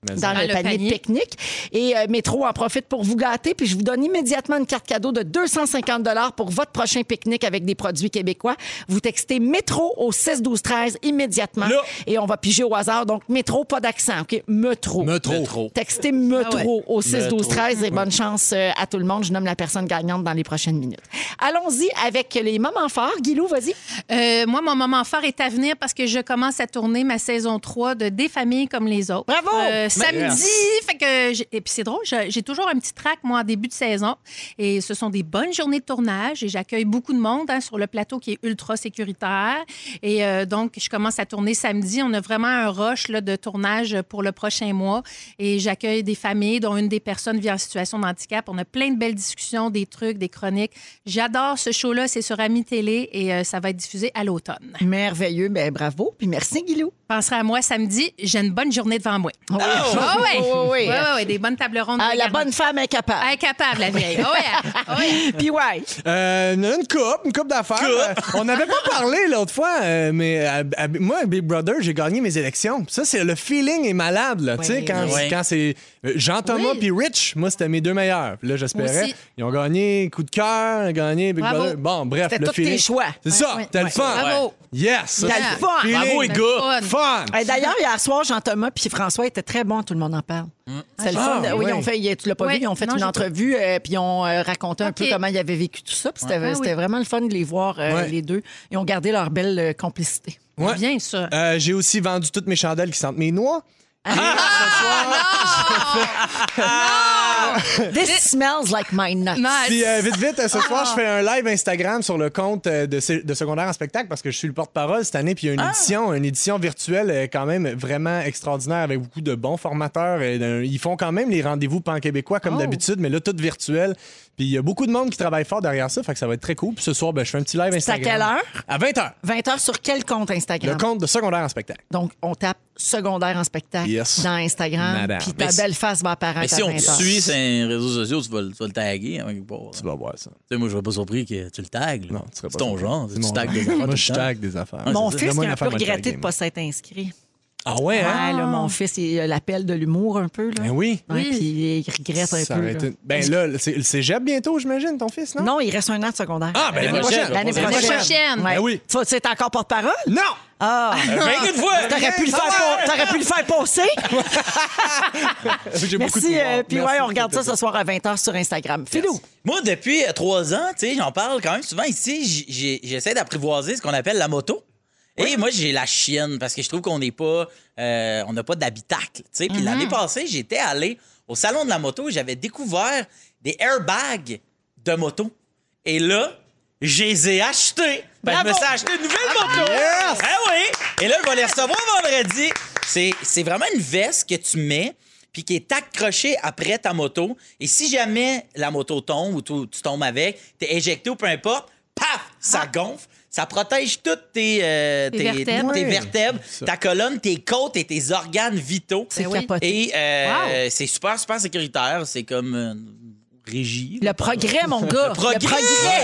dans
Dans
le
le
panier, de
panier.
pique-nique. Et euh, Métro en profite pour vous gâter. Puis je vous donne immédiatement une carte cadeau de 250 pour votre prochain pique-nique avec des produits québécois. Vous textez Métro au 6 12 13 immédiatement.
Là.
Et on va piger au hasard. Donc, Métro, pas d'accent. OK? Métro.
Métro.
Métro.
Textez Métro
Ah ouais.
au 6 12
Métro.
13 et bonne chance euh, à tout le monde. Je nomme la personne gagnante dans les prochaines minutes. Allons-y avec les moments forts. Guilou, vas-y.
Euh, moi, mon moment fort est à venir parce que je commence à tourner ma saison 3 de Des familles comme les autres.
Bravo!
Euh, samedi, fait que j'ai- et puis c'est drôle, j'ai j'ai toujours un petit track moi en début de saison et ce sont des bonnes journées de tournage et j'accueille beaucoup de monde hein, sur le plateau qui est ultra sécuritaire et euh, donc je commence à tourner samedi, on a vraiment un rush là, de tournage pour le prochain mois et j'accueille des familles dont une des personnes vit en situation de handicap, on a plein de belles discussions, des trucs, des chroniques. J'adore ce show là, c'est sur Ami Télé et euh, ça va être diffusé à l'automne.
Merveilleux. Ben, bravo. Puis merci, Guilou.
Penserez à moi samedi, j'ai une bonne journée devant moi. Ah ouais.
Oui, oui, oui.
Ouais, ouais, ouais, des bonnes tables rondes.
Ah,
des
la
garanties.
bonne femme incapable.
Incapable, la vieille. Oh yeah. Oh yeah.
Puis <laughs> ouais.
Euh, une coupe, une coupe d'affaires. Euh, on n'avait pas parlé l'autre fois, euh, mais à- à- moi, à Big Brother, j'ai gagné mes élections. Ça, c'est le feeling est malade, là. Tu sais, quand,
oui.
quand c'est euh, Jean-Thomas
Oui.
puis Rich, moi, c'était mes deux meilleurs. Puis là,
Moi
j'espérais.
aussi.
Ils ont gagné coup de cœur, gagné Big
Bravo.
Brother. Bon, bref,
C'était
le
tous tes
feeling.
choix.
C'est ça,
ouais.
t'as le
Ouais.
fun.
Bravo.
Yes, ça,
T'as
c'est
le
le
fun.
feeling.
Bravo, les gars.
Fun.
Fun.
Eh, D'ailleurs, hier soir, Jean-Thomas puis François étaient très bons, tout le monde en parle.
Mm.
C'est le fun.
Ah,
oui,
oui.
ils ont fait, ils- tu l'as pas
Oui.
vu, ils ont fait
Non,
une
j'ai pas-
entrevue, euh, puis ils ont euh, raconté un
OK.
peu comment ils avaient vécu tout ça. Puis c'était
Ah,
c'était
oui.
vraiment le fun de les voir, euh,
Ouais.
les deux. Ils ont gardé leur belle euh, complicité.
<laughs>
Ouais.
Bien ça.
Euh, j'ai aussi vendu toutes mes chandelles qui sentent mes noix.
This smells like my nuts.
Nice.
Puis euh, vite, vite, euh,
Ah.
ce soir, je fais un live Instagram sur le compte euh, de, se- de Secondaire en spectacle parce que je suis le porte-parole cette année. Puis il y a une
Ah.
édition, une édition virtuelle euh, quand même vraiment extraordinaire avec beaucoup de bons formateurs. Et, d'un- ils font quand même les rendez-vous pan-québécois
Oh.
comme d'habitude, mais là, tout virtuel. Puis il y a beaucoup de monde qui travaille fort derrière ça. Fait que ça va être très cool. Puis ce soir, ben, je fais un petit live
C'est à
Instagram.
quelle heure?
À 20h.
20 heures sur quel compte
Le
Instagram?
compte de Secondaire en spectacle.
Donc, on tape secondaire en spectacle
Yes.
dans Instagram,
Madame.
puis ta
Mais si-
belle face va apparaître
Mais si
à
on te
20 heures.
suit sur les réseaux sociaux, tu vas, le- tu vas le taguer. hein, quelque part, là.
Tu vas voir ça.
Tu sais, moi, je serais pas surpris que tu le tagues. là.
Non, tu serais pas
C'est ton
surpris.
genre.
C'est
Tu
mon
tagues
genre.
des affaires tout
Moi,
le
je
temps.
tag des affaires.
Mon
Ah, C'est
fils
vraiment
qui
une
a un peu
affaire de
regretté de
taguer,
ne pas s'être inscrit.
moi. Ah ouais, hein?
Ouais, là, mon fils, il a l'appel de l'humour un peu. Là.
Ben oui.
Ouais,
Oui.
puis il regrette un
Ça
peu.
aurait
là.
été- Ben là, le cé- le cégep bientôt, j'imagine, ton fils, non?
Non, il reste un an de secondaire.
Ah, ben l'année prochaine.
L'année
L'année
prochaine.
prochaine.
Ouais.
Ben oui.
Faut- Tu es encore porte-parole?
Non!
Ah!
Ben, une fois!
T'aurais pu, le faire pa- t'aurais pu le faire passer.
<laughs> J'ai beaucoup de
Merci.
pouvoir.
euh, puis
Merci.
ouais, on regarde ça ce soir à 20h sur Instagram. Filou.
Moi, depuis euh, trois ans, tu sais, j'en parle quand même souvent ici, j- j'ai- j'essaie d'apprivoiser ce qu'on appelle la moto. Et moi, j'ai la chienne parce que je trouve qu'on n'est pas, euh, on n'a pas d'habitacle. tu sais.
Mm-hmm.
Puis l'année passée, j'étais allé au salon de la moto et j'avais découvert des airbags de moto. Et là, je les ai achetés. Ben, je me suis acheté une nouvelle moto.
Yes!
Ah oui! Et là, je vais les recevoir vendredi. C'est, c'est vraiment une veste que tu mets puis qui est accrochée après ta moto. Et si jamais la moto tombe ou tu, tu tombes avec, t'es éjecté ou peu importe, paf! Ça gonfle. Ça protège toutes tes, euh,
Tes
tes,
vertèbres.
tes
Oui.
vertèbres, ta colonne, tes côtes et tes organes vitaux.
C'est
Ben oui.
capoté.
Et euh,
Wow.
c'est super, super sécuritaire. C'est comme euh, régie.
Le progrès,
<laughs>
mon gars. Le
Progrès!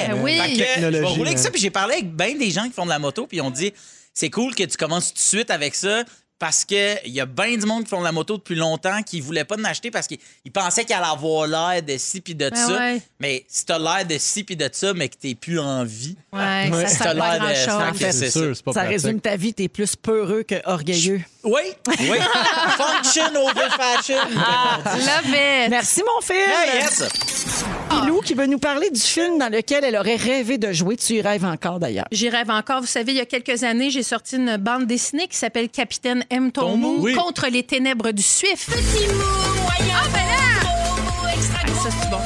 Ben oui.
Fait que,
Technologie,
je vais rouler avec
hein.
ça, puis j'ai parlé avec bien des gens qui font de la moto, puis ils ont dit c'est cool que tu commences tout de suite avec ça. Parce qu'il y a bien du monde qui font de la moto depuis longtemps qui ne voulaient pas en acheter parce qu'ils ils pensaient qu'elle allait avoir l'air de ci puis de
Ben
ça.
ouais.
Mais si t'as l'air de ci puis de ça, mais que t'es plus en vie,
Ouais,
Ouais.
t'as
ça sert pas à
l'air de.
grand
fait que
C'est sûr, c'est pas
Ça
pratique.
résume ta vie. T'es plus peureux que orgueilleux.
Oui, oui. Function over fashion.
Love it.
Merci, mon fils.
yes.
Ah.
Filou qui veut nous parler du film dans lequel elle aurait rêvé de jouer. Tu y rêves encore, d'ailleurs.
J'y rêve encore. Vous savez, il y a quelques années, j'ai sorti une bande dessinée qui s'appelle Capitaine M. Tomou
Oui.
contre les ténèbres du Suif.
Petit mot,
Ah, ben là! Ah, ça, c'est bon.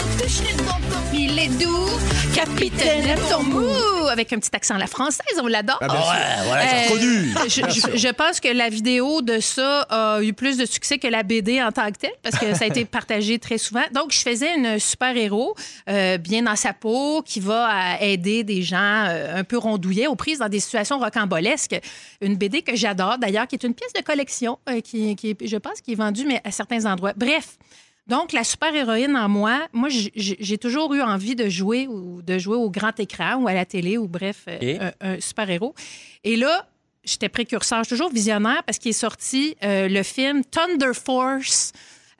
Il est doux, capitaine aime ton mou. Avec un petit accent à la française, on l'adore.
ouais, voilà,
Euh,
c'est reconnu.
je, je- je pense que la vidéo de ça a eu plus de succès que la BD en tant que telle, parce que ça a été partagé très souvent. Donc, je faisais une super-héros, euh, bien dans sa peau, qui va euh, aider des gens euh, un peu rondouillés aux prises dans des situations rocambolesques. Une BD que j'adore, d'ailleurs, qui est une pièce de collection, euh, qui, qui est- je pense, qui est vendue, mais à certains endroits. Bref. Donc, la super-héroïne en moi, moi, j- j- j'ai toujours eu envie de jouer ou de jouer au grand écran ou à la télé ou bref, euh,
Et?
un, un super-héros. Et là, j'étais précurseur, j'étais toujours visionnaire parce qu'il est sorti euh, le film Thunder Force.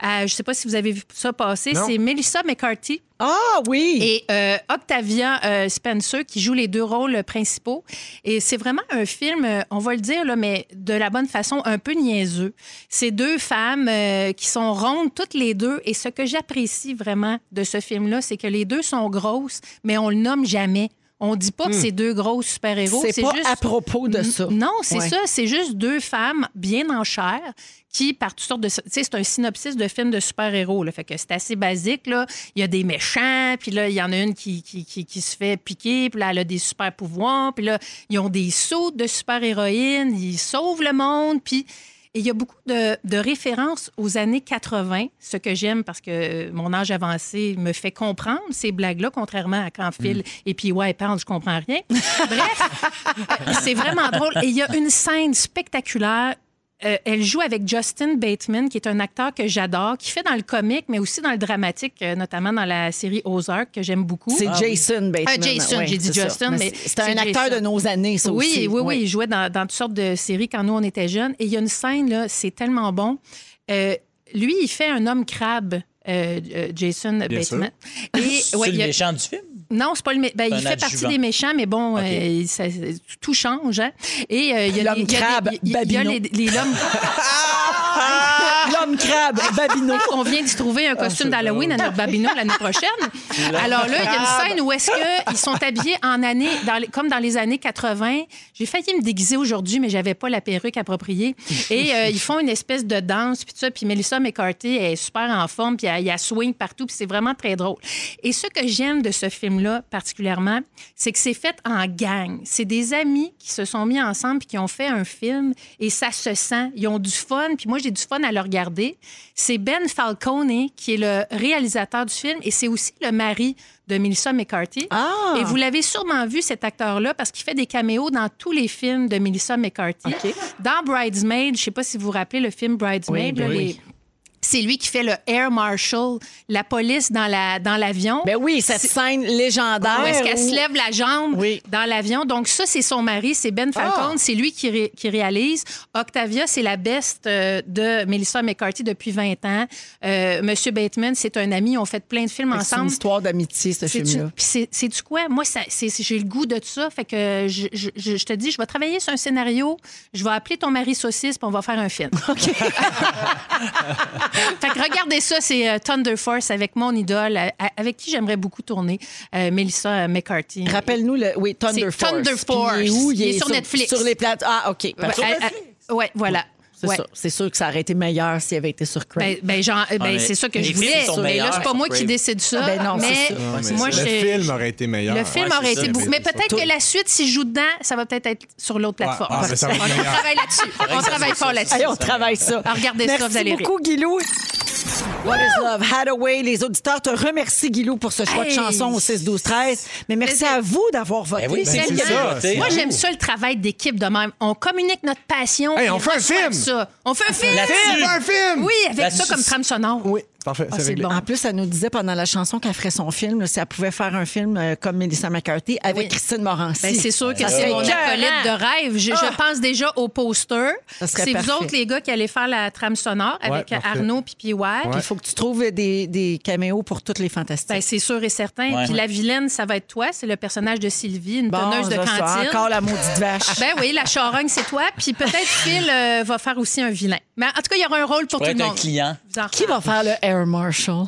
Euh, je ne sais pas si vous avez vu ça passer.
Non.
C'est Melissa McCarthy
Ah oui!
et euh, Octavia euh, Spencer qui joue les deux rôles principaux. Et c'est vraiment un film, euh, on va le dire, là, mais de la bonne façon, un peu niaiseux. Ces deux femmes euh, qui sont rondes toutes les deux. Et ce que j'apprécie vraiment de ce film-là, c'est que les deux sont grosses, mais on le nomme jamais. On dit pas que c'est deux grosses super-héros.
Hmm. c'est pas
juste...
à propos de ça.
N- Non, c'est
Ouais.
ça. C'est juste deux femmes bien en chair qui, par toutes sortes de. Tu sais, c'est un synopsis de film de super-héros. là. Fait que c'est assez basique. Là. Il y a des méchants, puis là, il y en a une qui, qui, qui- qui se fait piquer, puis là, elle a des super-pouvoirs, puis là, ils ont des sauts de super-héroïnes, ils sauvent le monde, puis. Et il y a beaucoup de, de références aux années 80, ce que j'aime parce que euh, mon âge avancé me fait comprendre ces blagues-là, contrairement à quand
Mm.
Phil et puis ouais, parle, je comprends rien. Bref, euh, c'est vraiment drôle. Et il y a une scène spectaculaire. Euh, elle joue avec Justin Bateman, qui est un acteur que j'adore, qui fait dans le comique, mais aussi dans le dramatique, euh, notamment dans la série Ozark, que j'aime beaucoup.
Ah.
C'est Jason Bateman.
Ah, Jason,
ouais,
j'ai dit
c'est ça.
Justin, mais
c'est- c'est un
c'est
acteur
Jason.
de nos années, ça
oui,
aussi.
Oui, oui,
Ouais.
Il jouait dans, dans toutes sortes de séries quand nous, on était jeunes. Et il y a une scène, là, c'est tellement bon. Euh, lui, il fait un homme crabe. euh, euh, Jason Bateman.
C'est
Et, ouais,
le
il y a-
méchant du film.
non, c'est pas le. mé- ben,
C'est
il
un
fait partie
adjuvant.
des méchants, mais bon,
Ok.
euh, ça- tout change. Hein? Et euh, il y a
L'homme
les- il y a des-
crabe,
il y a- il y a
Babino.
les, les l'homme- Ah.
L'homme crabe, Ben, Babino.
<laughs> On vient d'y trouver un costume d'Halloween à notre Babino l'année prochaine. Alors là, il y a une scène où est-ce qu'ils sont habillés en années, dans les- comme dans les années 80. J'ai failli me déguiser aujourd'hui, mais j'avais pas la perruque appropriée. Et euh, ils font une espèce de danse, puis tout ça. Puis Melissa McCarthy elle est super en forme, puis elle, elle swing partout, puis c'est vraiment très drôle. Et ce que j'aime de ce film-là particulièrement, c'est que c'est fait en gang. C'est des amis qui se sont mis ensemble puis qui ont fait un film et ça se sent. Ils ont du fun, puis moi j'ai du fun à le regarder. C'est Ben Falcone qui est le réalisateur du film et c'est aussi le mari de Melissa McCarthy.
Ah!
Et vous l'avez sûrement vu, cet acteur-là, parce qu'il fait des caméos dans tous les films de Melissa McCarthy. Dans Bridesmaid, je ne sais pas si vous vous rappelez le film Bridesmaid.
Oui,
là,
oui.
les- C'est lui qui fait le air marshal, la police dans la- dans l'avion.
Ben oui, cette
C'est-
scène légendaire.
Où est-ce qu'elle
où-
se lève la jambe
Oui. Ah!
dans l'avion. Donc, ça, c'est son mari, c'est Ben Falcone, c'est lui qui, ré- qui réalise. Octavia, c'est la best euh, de Melissa McCarthy depuis 20 ans. Euh, Monsieur Bateman, c'est un ami, on fait plein de films
Ben, C'est une
ensemble.
histoire d'amitié, ce
C'est
film-là.
une- puis c'est- c'est du quoi? Moi, ça- c'est- c'est- j'ai le goût de ça. Fait que je, je- je- je te dis, je vais travailler sur un scénario, je vais appeler ton mari saucisse, puis on va faire
<laughs>
un film. <laughs> fait que regardez ça, c'est euh, Thunder Force avec mon idole, euh, avec qui j'aimerais beaucoup tourner, euh, Melissa McCarthy.
Rappelle-nous le. Oui, Thunder
C'est
Force.
Thunder
Puis il est
Force.
où?
Il est sur Netflix.
Sur les plates. Ah, OK.
Ouais,
parfait.
à- à- ouais, voilà.
C'est
Ouais.
ça. C'est sûr que ça aurait été meilleur s'il avait été sur Crave.
Ben, ben, genre, ben,
mais
c'est ça que
les
je
films
voulais.
sont
Mais là,
meilleurs
c'est pas moi
sur
qui
Crave.
décide ça.
Ben non,
mais
c'est ça.
Non, mais
moi,
le
je-
film aurait été meilleur.
Le film
Ouais,
aurait
c'est
été
ça,
beaucoup.
mais
Mais
c'est
peut-être que la suite, si je joue dedans, ça va peut-être être sur l'autre plateforme.
Ah, ben, ça va être
on
meilleur.
travaille là-dessus. On
ça,
travaille
ça,
fort
ça,
<laughs>
là-dessus.
Allez, on travaille ça.
Ah, regardez ça,
Merci
vous allez rire.
beaucoup, Guilou. What is Love, Hathaway, les auditeurs te remercient, Guilou, pour ce choix de
Hey.
chanson au 6-12-13. Mais merci
Plaisir.
à vous d'avoir voté.
Ben oui,
Ben,
c'est ça, c'est
Moi,
ça.
j'aime ça le travail d'équipe de même. On communique notre passion.
Hey,
et
on fait un
reçoit
film.
ça. On fait un film.
La
Film,
dessus.
un film!
Oui, avec
La
ça comme
suce.
trame sonore.
Oui, parfait,
Ah,
c'est
c'est
réglé.
bon.
En plus, elle nous disait pendant la chanson qu'elle ferait son film, là, si elle pouvait faire un film euh, comme Melissa McCarthy avec
Oui.
Christine Morancy.
Ben, c'est sûr que
Ça
c'est
serait
mon
écœurant.
acolyte de rêve. Je, je pense déjà au poster.
Ça serait
C'est vous
parfait.
autres, les gars, qui allez faire la trame sonore avec
parfait.
Arnaud puis PY.
Il faut que tu trouves des, des caméos pour toutes les fantastiques.
Ben, c'est sûr et certain.
Ouais.
Puis la vilaine, ça va être toi. C'est le personnage de Sylvie, une
Bon,
donneuse de
ça, ça,
cantine.
encore la maudite vache.
<laughs> Ben oui, la charogne, c'est toi. Puis peut-être Phil euh, va faire aussi un vilain. Mais en tout cas, il y aura un rôle pour
Pour
tout
être
le
un
monde.
client.
Vous en
Qui va faire le Air Marshal?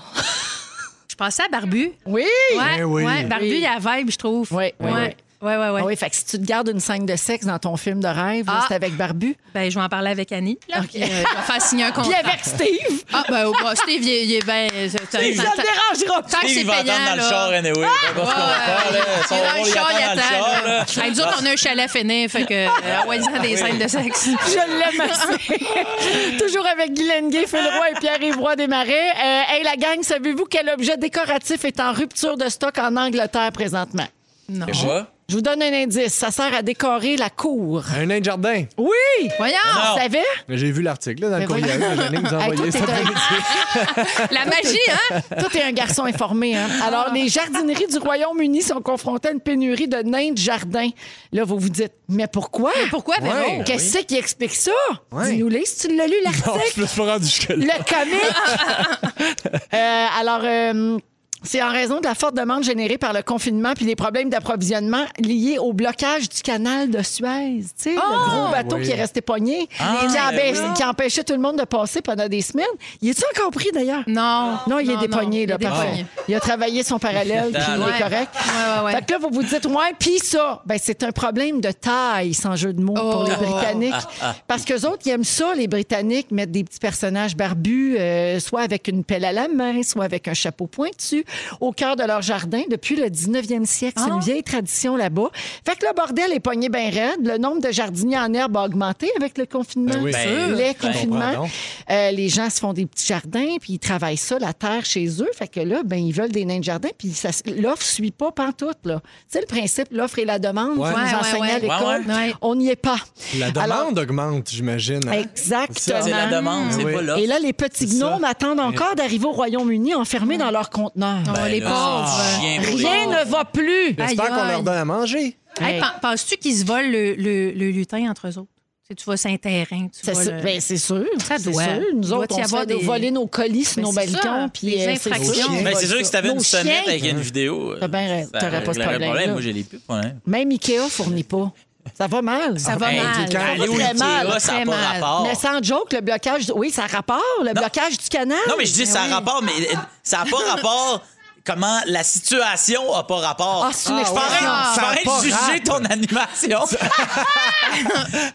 Je pensais à Barbu.
Oui!
Ouais,
oui.
ouais, Barbu,
Eh
Oui.
il y a la vibe, je trouve.
Oui, oui,
Ouais,
oui.
Ouais, ouais, ouais.
Ah oui, fait que si tu te gardes une scène de sexe dans ton film de rêve, là,
Ah.
c'est avec Barbu.
Ben, je vais en parler avec Annie. Là,
Ok.
puis, euh, je vais faire signer un contrat.
Puis avec Steve.
Ah, ben, oh, bah, Steve, il est- il est ben, c'est-
Ça ne
tant- tant-
dérangera pas.
tant que
Steve,
c'est
il va attendre
payant,
dans le
là. Ah!
char, anyway. Fais pas ce qu'on va faire, là.
Il est dans
On
le
l'y
char, il
attend dans le char,
attend.
là.
là. Hey, nous autres, on a un chalet fini, fait
<laughs>
que euh, envoyez-en des scènes de sexe.
Je l'aime assez. Toujours avec Guylaine Gay, Phil Roy et Pierre-Yves Roy Desmarais. Euh, hey, la gang, savez-vous quel objet décoratif est en rupture de stock en Angleterre présentement?
Non.
Je vois.
Je vous donne un indice. Ça sert à décorer la cour.
Un nain de jardin.
Oui!
Voyons!
Vous savez?
J'ai vu l'article là, dans
Mais
le courriel.
Ben voilà.
Janine nous a
Hey,
envoyé
toi,
ça.
t'es un-
La magie, hein?
Toi, t'es un garçon informé. Hein? Alors, les jardineries du Royaume-Uni sont confrontées à une pénurie de nains de jardin. Là, vous vous dites, mais pourquoi?
Pourquoi? Ben
Ouais.
non.
Ah, Qu'est-ce qui explique ça?
Ouais.
Dis-nous-les si tu l'as lu,
Non,
l'article.
je me suis pas rendu jusque-là.
Le comique! <laughs> Euh, alors, euh, c'est en raison de la forte demande générée par le confinement puis les problèmes d'approvisionnement liés au blocage du canal de Suez. Tu sais, le gros bateau
Oui.
qui est resté pogné,
Ah,
qui,
ben
empêche- qui empêchait tout le monde de passer pendant des semaines. Il est-tu encore pris, d'ailleurs?
Non.
Non, il est dépogné,
il
là,
est
parfait.
dépogné.
Il a travaillé son parallèle, puis il est
Ouais.
correct.
Ouais, ouais, ouais.
Fait que là, vous vous dites, ouais, puis ça, ben, c'est un problème de taille, sans jeu de mots, pour
Oh. ah,
les Britanniques. Parce qu'eux autres, ils aiment ça, les Britanniques, mettre des petits personnages barbus, euh, soit avec une pelle à la main, soit avec un chapeau pointu, au cœur de leur jardin depuis le 19e siècle. C'est une
Ah.
vieille tradition là-bas. Fait que le bordel est pogné bien raide. Le nombre de jardiniers en herbe a augmenté avec le confinement.
Ben oui.
Ben,
les
ben,
comprends
confinements.
donc.
Euh, les gens se font des petits jardins, puis ils travaillent ça, la terre chez eux. Fait que là, ben, ils veulent des nains de jardin, puis ça s- l'offre suit pas pantoute. Là. C'est le principe, l'offre et la demande.
Ouais.
qu'on
Ouais,
nous
ouais,
enseignait à
ouais.
l'école.
Ouais, ouais.
On n'y est pas.
La demande
Alors-
augmente, j'imagine. hein?
Exactement.
C'est la demande, c'est
Oui.
pas là.
Et là, les petits
C'est ça.
gnomes attendent encore d'arriver au Royaume-Uni enfermés dans leur conteneur.
Oh, les
Ben là,
pauvres.
chien
Rien ne va plus.
J'espère
Aïe,
qu'on
aïe.
leur donne à manger.
Hey,
Hey.
pen- Penses-tu qu'ils se volent le, le- le lutin entre eux autres? Tu sais, tu vas sur un terrain, tu
C'est
vois.
sûr, ben, c'est sûr.
Ça
c'est
doit.
sûr. Nous
Il doit
autres,
y
on
avoir
se fait
des-
voler nos colis sur
Mais
nos
c'est ça,
balcons. Puis,
des
euh, c'est
infractions.
sûr.
Ben, c'est sûr que si t'avais
Nos
une sonnette
chiens.
avec une vidéo,
T'as bien raison,
ça
t'aurais pas ce
réglerait le
problème-là.
Moi, j'ai les pubs. ouais.
Même Ikea fournit pas. Ça va mal.
Ça va
Hey,
mal.
t'es calé,
Ça va
oui,
très
t'es
mal,
là, ça a
très
pas
mal.
rapport.
Mais sans joke, le blocage. Oui, ça a rapport, le blocage du canal.
Non, mais je dis,
Ben
ça a
oui.
rapport, mais euh, ça n'a pas rapport. Comment la situation a pas rapport.
Ah, c'est une
Je
expression.
parais-
Ah,
je
ça a
parais
pas
juger
rapport.
ton animation.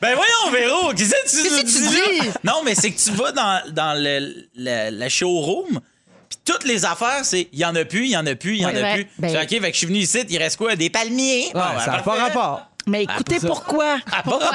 ben voyons, Véro, qu'est-ce que tu,
Qu'est-ce que tu
là?
dis?
Non, mais c'est que tu vas dans, dans le, le- le showroom, puis toutes les affaires, c'est il y en a plus, il y en a plus, il y en
Ouais,
a
ouais.
plus.
Ben-
Je dis, OK, fait que je suis venu ici, il reste quoi? Des palmiers? Bon,
Ouais,
ben,
ça n'a pas
parfait.
rapport.
Mais écoutez pourquoi.
Pourquoi?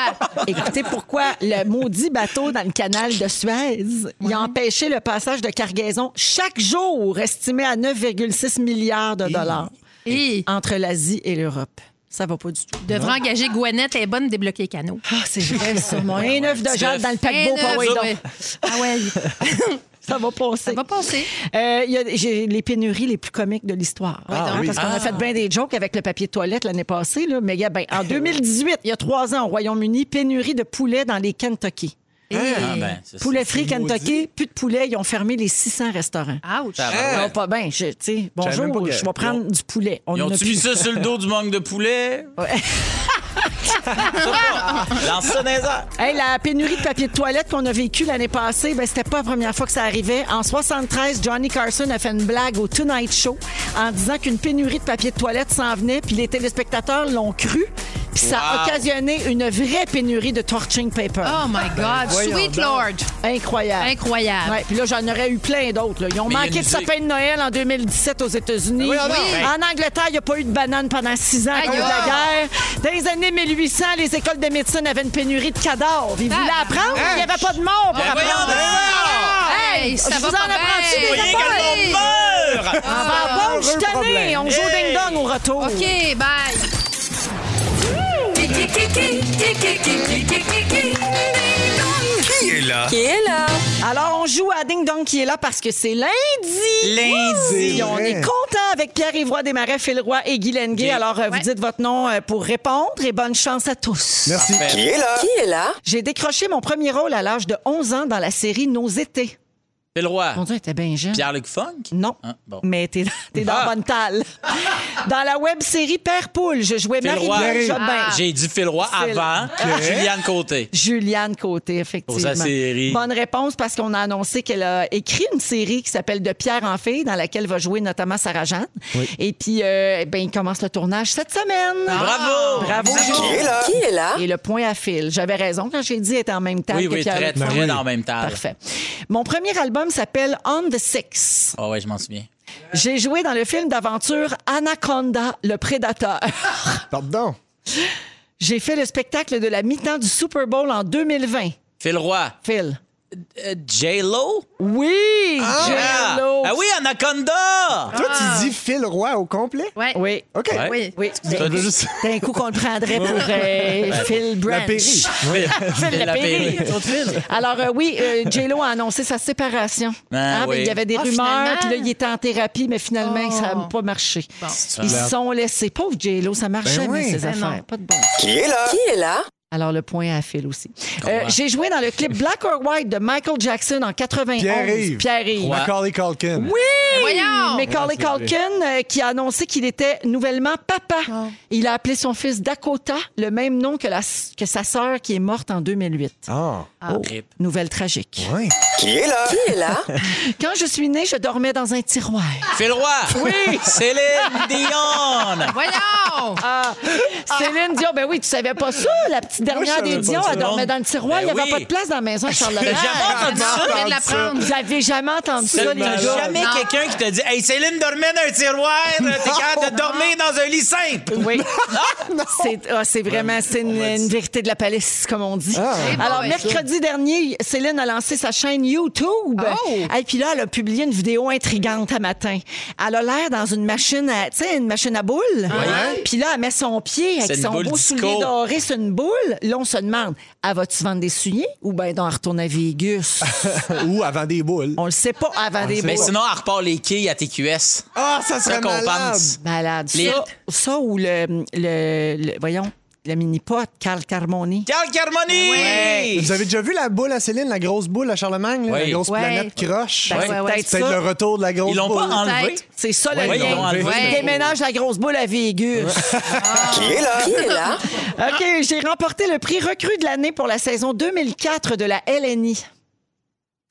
Écoutez pourquoi le maudit bateau dans le canal de Suez il a empêché le passage de cargaison chaque jour, estimé à 9,6 milliards de dollars
Et
entre l'Asie et l'Europe. Ça va pas du tout.
devrait engager Gouanette et bonne débloquer les canaux.
Ah, c'est vrai, ça. Mon <laughs> un œuf de jade dans le paquebot,
Eh,
pas
non,
oui, donc.
ouais. Ah ouais,
Ça va passer.
ça va passer.
Euh, il y a j'ai les pénuries les plus comiques de l'histoire.
Ah
Hein,
oui.
Parce qu'on a fait bien des jokes avec le papier de toilette l'année passée, là, mais il y a, ben,
<laughs>
en 2018, il y a trois ans au Royaume-Uni, pénurie de poulet dans les Kentucky.
Ah, ben, c'est ça.
Poulet frit Kentucky, plus de poulet, ils ont fermé les 600 restaurants.
Ouch.
Ça va,
Ça va
ouais.
pas bien. Je- tu sais,
Ah. J'avais même
Bonjour,
pas que-
je vais prendre du poulet. On
Ils
en a
ont-tu mis
plus.
ça sur le dos du manque de poulet? Lance ça dans les airs.
Hey, la pénurie de papier de toilette qu'on a vécue l'année passée, ben, c'était pas la première fois que ça arrivait. En 73, Johnny Carson a fait une blague au Tonight Show en disant qu'une pénurie de papier de toilette s'en venait, puis les téléspectateurs l'ont cru. Puis ça a
Wow.
occasionné une vraie pénurie de torching paper.
Oh my
Ben,
God. Sweet Lord.
Incroyable.
Incroyable.
Ouais, puis là, j'en aurais eu plein d'autres. là. Ils ont
Mais il y a
manqué
une
de
musique. Ben.
sapin de Noël en 2017 aux États-Unis.
Oui, ah non.
Oui.
En Angleterre, il n'y a pas eu de bananes pendant six ans à
Aïe,
cause de la
ah.
guerre. Dans les années 1800, les écoles de médecine avaient une pénurie de cadavres. Ils voulaient apprendre, il n'y avait pas de mort pour
Ah, Ben
apprendre.
voyons, ben voyons.
Hey,
Ah, Je
ça
vous
va
en
pas
apprends-tu
bien.
des
Voyez que
Hey.
le monde meurt!
Ah, ben, bon, je suis
heureux
tannée.
problème.
On joue au
Hey.
ding-dong au retour.
OK, bye.
Qui est là?
Alors, on joue à Ding Dong qui est là parce que c'est lundi.
Lundi.
Et on est content avec Pierre-Yves Roy Desmarais, Phil Roy et Guy Lenguet.
Guy.
Alors, euh, vous
Ouais.
dites votre nom euh, pour répondre et bonne chance à tous.
Merci.
Qui est là?
Qui est là?
J'ai décroché mon premier rôle à l'âge de 11 ans dans la série Nos étés.
C'est le roi.
Mon Dieu, elle était bien jeune.
Pierre-Luc Funk?
Non.
Hein, bon.
Mais t'es t'es dans
Ah.
bonne talle. Dans la web série Père Poule, je jouais
Phil Roy.
Marie-Pierre Jobin.
Ah.
J'ai dit Phil Roy
Phil.
avant Juliane Côté.
Juliane Côté, effectivement.
Pour sa série.
Bonne réponse parce qu'on a annoncé qu'elle a écrit une série qui s'appelle De Pierre en Fille, dans laquelle va jouer notamment Sarah Jeanne. Et puis, euh, ben, il commence le tournage cette semaine. Ah.
Bravo!
Bravo, Jo.
Qui est là?
<laughs> Et le point à fil. J'avais raison quand j'ai dit être en même temps
Oui,
que
oui,
Pierre
très,
Lefranc.
très dans le même table.
Parfait. Mon premier album s'appelle On the Six.
Ah ouais, je m'en souviens.
J'ai joué dans le film d'aventure Anaconda, le prédateur. <laughs>
Pardon.
J'ai fait le spectacle de la mi-temps du Super Bowl en 2020.
Phil Roy.
Phil.
Euh, J-Lo?
Oui,
Ah!
J.Lo.
Ah oui,
Ah.
Anaconda!
Toi, tu dis Phil Roy au complet?
Ouais.
Oui.
OK.
Ouais.
Oui.
Oui.
Ça,
D'un- <laughs>
juste-
D'un coup qu'on le
<laughs>
prendrait pour euh, Phil Branch.
Perry.
Phil
La
Lapéry.
Perry. Autre Phil.
Alors euh, oui, euh, J.Lo a annoncé sa séparation.
Ah,
mais
oui.
Il y avait des
Ah,
rumeurs,
finalement.
puis là, il était en thérapie, mais finalement,
Oh.
ça n'a pas marché. Ils se
Ah.
sont laissés. Pauvre J.Lo, ça marchait
Ben
bien,
oui.
ces
Ben
affaires.
non.
Pas de bon.
Qui est là? Qui est là?
Alors, le point à Phil aussi. Euh,
Croix.
J'ai joué dans le clip Black or White de Michael Jackson en 91.
Pierre-Yves. Ben
Pierre-Yves.
Croix.
Macaulay Culkin.
Voyons!
Macaulay Culkin euh, qui a annoncé qu'il était nouvellement papa.
Oh.
Il a appelé son fils Dakota, le même nom que, la, que sa sœur qui est morte en 2008.
Ah.
Rip.
Nouvelle tragique.
Ouais.
Qui est là? Qui est là?
<laughs> Quand je suis née, je dormais dans un tiroir.
Phil Roy. Oui. Céline Dion.
Voyons!
Céline Dion, ben oui, tu savais pas ça, la petite dernière
savais
des
pas
Dion,
ça.
elle dormait
Non.
dans le tiroir,
Ben
il n'y avait
oui.
pas de place dans la
<laughs>
maison à Charles
J'ai
Leblanc.
jamais entendu
Je
ça.
viens de l'apprendre.
Vous avez jamais entendu ça, les
Seulement
gars?
jamais
Non.
quelqu'un qui te dit Hey, Céline dormait dans un tiroir, t'es capable de dormir dans un lit simple. <laughs>
Oui. C'est ah, c'est vraiment c'est une, une vérité de la palisse, comme on dit.
Ah.
C'est bon,
Alors,
ben,
mercredi dernier, Céline a lancé sa chaîne YouTube.
Oh!
Et puis là, elle a publié une vidéo intrigante à matin. Elle a l'air dans une machine à, tu sais, une machine à boules. Puis là, elle met son pied
C'est
avec
une
son
boule
beau
disco.
soulier doré sur une boule. Là, on se demande, elle va-tu vendre des souliers ou bien dans retourne à
<laughs>
Vegas?
Ou avant des boules.
on le sait pas avant des
Mais
boules.
sinon, elle repart les quilles à TQS.
Ah, ça
C'est ça
serait
qu'on
malade.
pense.
Malade.
Les-
Ça, ça ou le, le- le- voyons, le mini-pot, Carl Carmoni.
Carl Carmoni!
Vous avez déjà vu la boule à Céline, la grosse boule à Charlemagne, là,
Oui.
la grosse
Ouais.
planète croche?
Ben,
Ouais.
c'est
Ouais, ouais.
peut-être
C'est peut-être
ça.
le retour de la grosse
Ils l'ont
boule.
pas enlevé.
Peut-être.
C'est ça
Ouais,
le
ils
lien.
l'ont enlevé.
Il déménage la grosse boule à Végus. <laughs>
<laughs> Qui est là? Qui est là?
OK, j'ai remporté le prix recrue de l'année pour la saison 2004 de la LNI.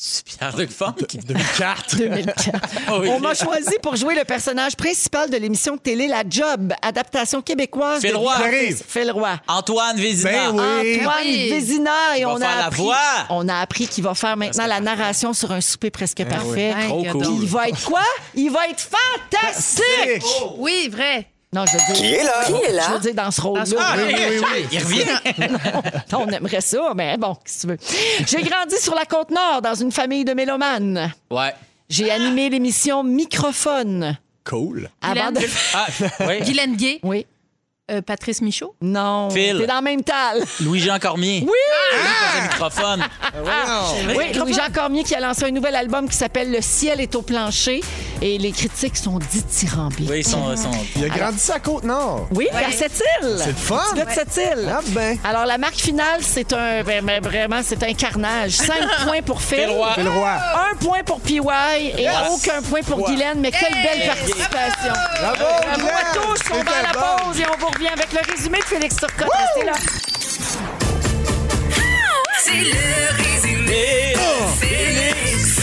C'est Pierre-Luc Funk.
2004.
2004.
Ah oui.
On m'a choisi pour jouer le personnage principal de l'émission de télé La Job, adaptation québécoise
Phil
de
Roy.
Béatrice
J'arrive.
Phil Roy.
Antoine Vézina.
Ben oui.
Antoine
Oui.
Vézina et
va
on a,
faire la
appris,
voix.
on a appris qu'il va faire maintenant la narration sur un souper presque parfait.
Hey,
Ah Trop
que
cool.
drôle.
Il va être quoi? Il va être fantastique!
Oui, vrai.
Non, je veux dire,
Qui est là? Qui est
je veux
là?
dire dans ce rôle-là.
Ah,
oui.
oui, oui, oui. Il revient.
On aimerait ça, mais bon, qu'est-ce que tu veux. J'ai grandi sur la Côte-Nord dans une famille de mélomanes.
Ouais.
J'ai animé l'émission Microphone.
Cool.
Avant
Guylaine.
de...
Ah, oui.
Guylaine Gay,
Oui.
euh, Patrice Michaud.
Non.
Phil.
T'es dans le même tal.
Louis-Jean Cormier. Ah!
Oui!
Le microphone.
Oui, Louis-Jean Cormier qui a lancé un nouvel album qui s'appelle Le ciel est au plancher et les critiques sont dithyrambiques.
Oui, ils sont. sont...
Il a grandi ça à Côte-Nord.
Oui, à cette île.
C'est le fun.
Petit gars de cette île.
Ah ben.
Alors, la marque finale, c'est un... ben, ben, vraiment, c'est un carnage. Cinq points pour Phil.
Phil Roy.
Phil Roy.
Un point pour PY et aucun point pour Guylaine, mais quelle belle participation.
Bravo,
Bravo
Guylaine.
à tous, on va à la
C'était bon.
pause et on vous revient avec le résumé de Félix Turcotte. Restez là.
C'est le résumé de Félix.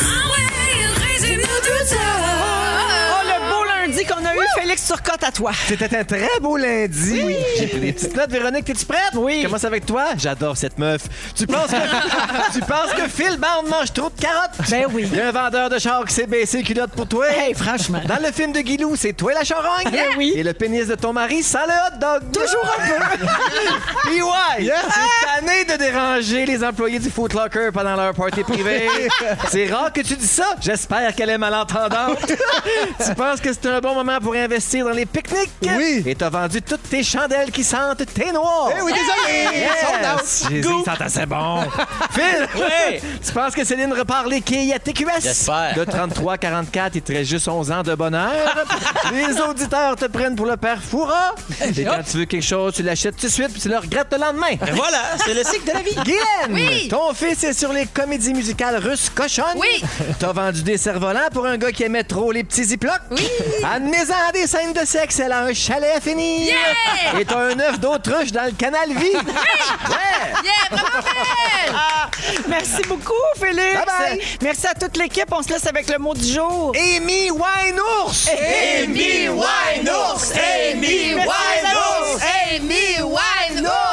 Ah ouais, il résume tout ça.
Oh, le beau lundi qu'on a eu, Félix Turcotte, à toi.
C'était un très beau lundi. J'ai pris des petites notes. Véronique, es-tu prête?
Oui.
Je commence avec toi. J'adore cette meuf. Tu
<laughs>
penses que, tu penses que Phil Bond mange trop de carottes?
Ben oui.
Il y a un vendeur de char qui s'est baissé le culotte pour toi.
Hey, franchement.
Dans le film de Guilou, c'est toi la charogne.
Ben oui.
Et le pénis de ton mari sans le hot dog. Toujours un peu. PY. C'est tanné de déranger les employés du Foot Locker pendant leur
<laughs>
party privé.
<laughs>
c'est rare que tu dis ça. J'espère qu'elle est malentendante. tu penses que c'est un bon moment pour investir? investir dans les pique-niques.
Oui.
Et t'as vendu toutes tes chandelles qui sentent tes noirs.
Eh oui, désolé!
Yes! J'ai dit,
Go.
ça assez
<laughs>
bon. Phil,
Ouais.
<laughs> tu penses que Céline repart les quilles à TQS?
J'espère.
De 33 à 44, il te reste juste 11 ans
<laughs>
de bonheur. les auditeurs te prennent pour le père Foura. Et quand tu veux quelque chose, tu l'achètes tout de suite puis tu le regrettes le lendemain.
Et Voilà, c'est le cycle de la vie.
Guylaine,
Oui.
ton fils est sur les comédies musicales russes cochonnes.
Oui.
T'as vendu des cerfs-volants pour un gars qui aimait trop les petits ziplocs. Oui. Admets-en à des scènes de sexe, elle a un chalet à finir.
Yeah!
Et t'as un œuf d'autruche dans le canal vide. Ouais.
Yeah, vraiment belle!
<laughs> Merci beaucoup, Félix.
Bye-bye.
Merci à toute l'équipe. On se laisse avec le mot du jour.
Amy Wineours!
Amy Winehouse, Amy
Merci, les amis.
Winehouse, Amy Winehouse.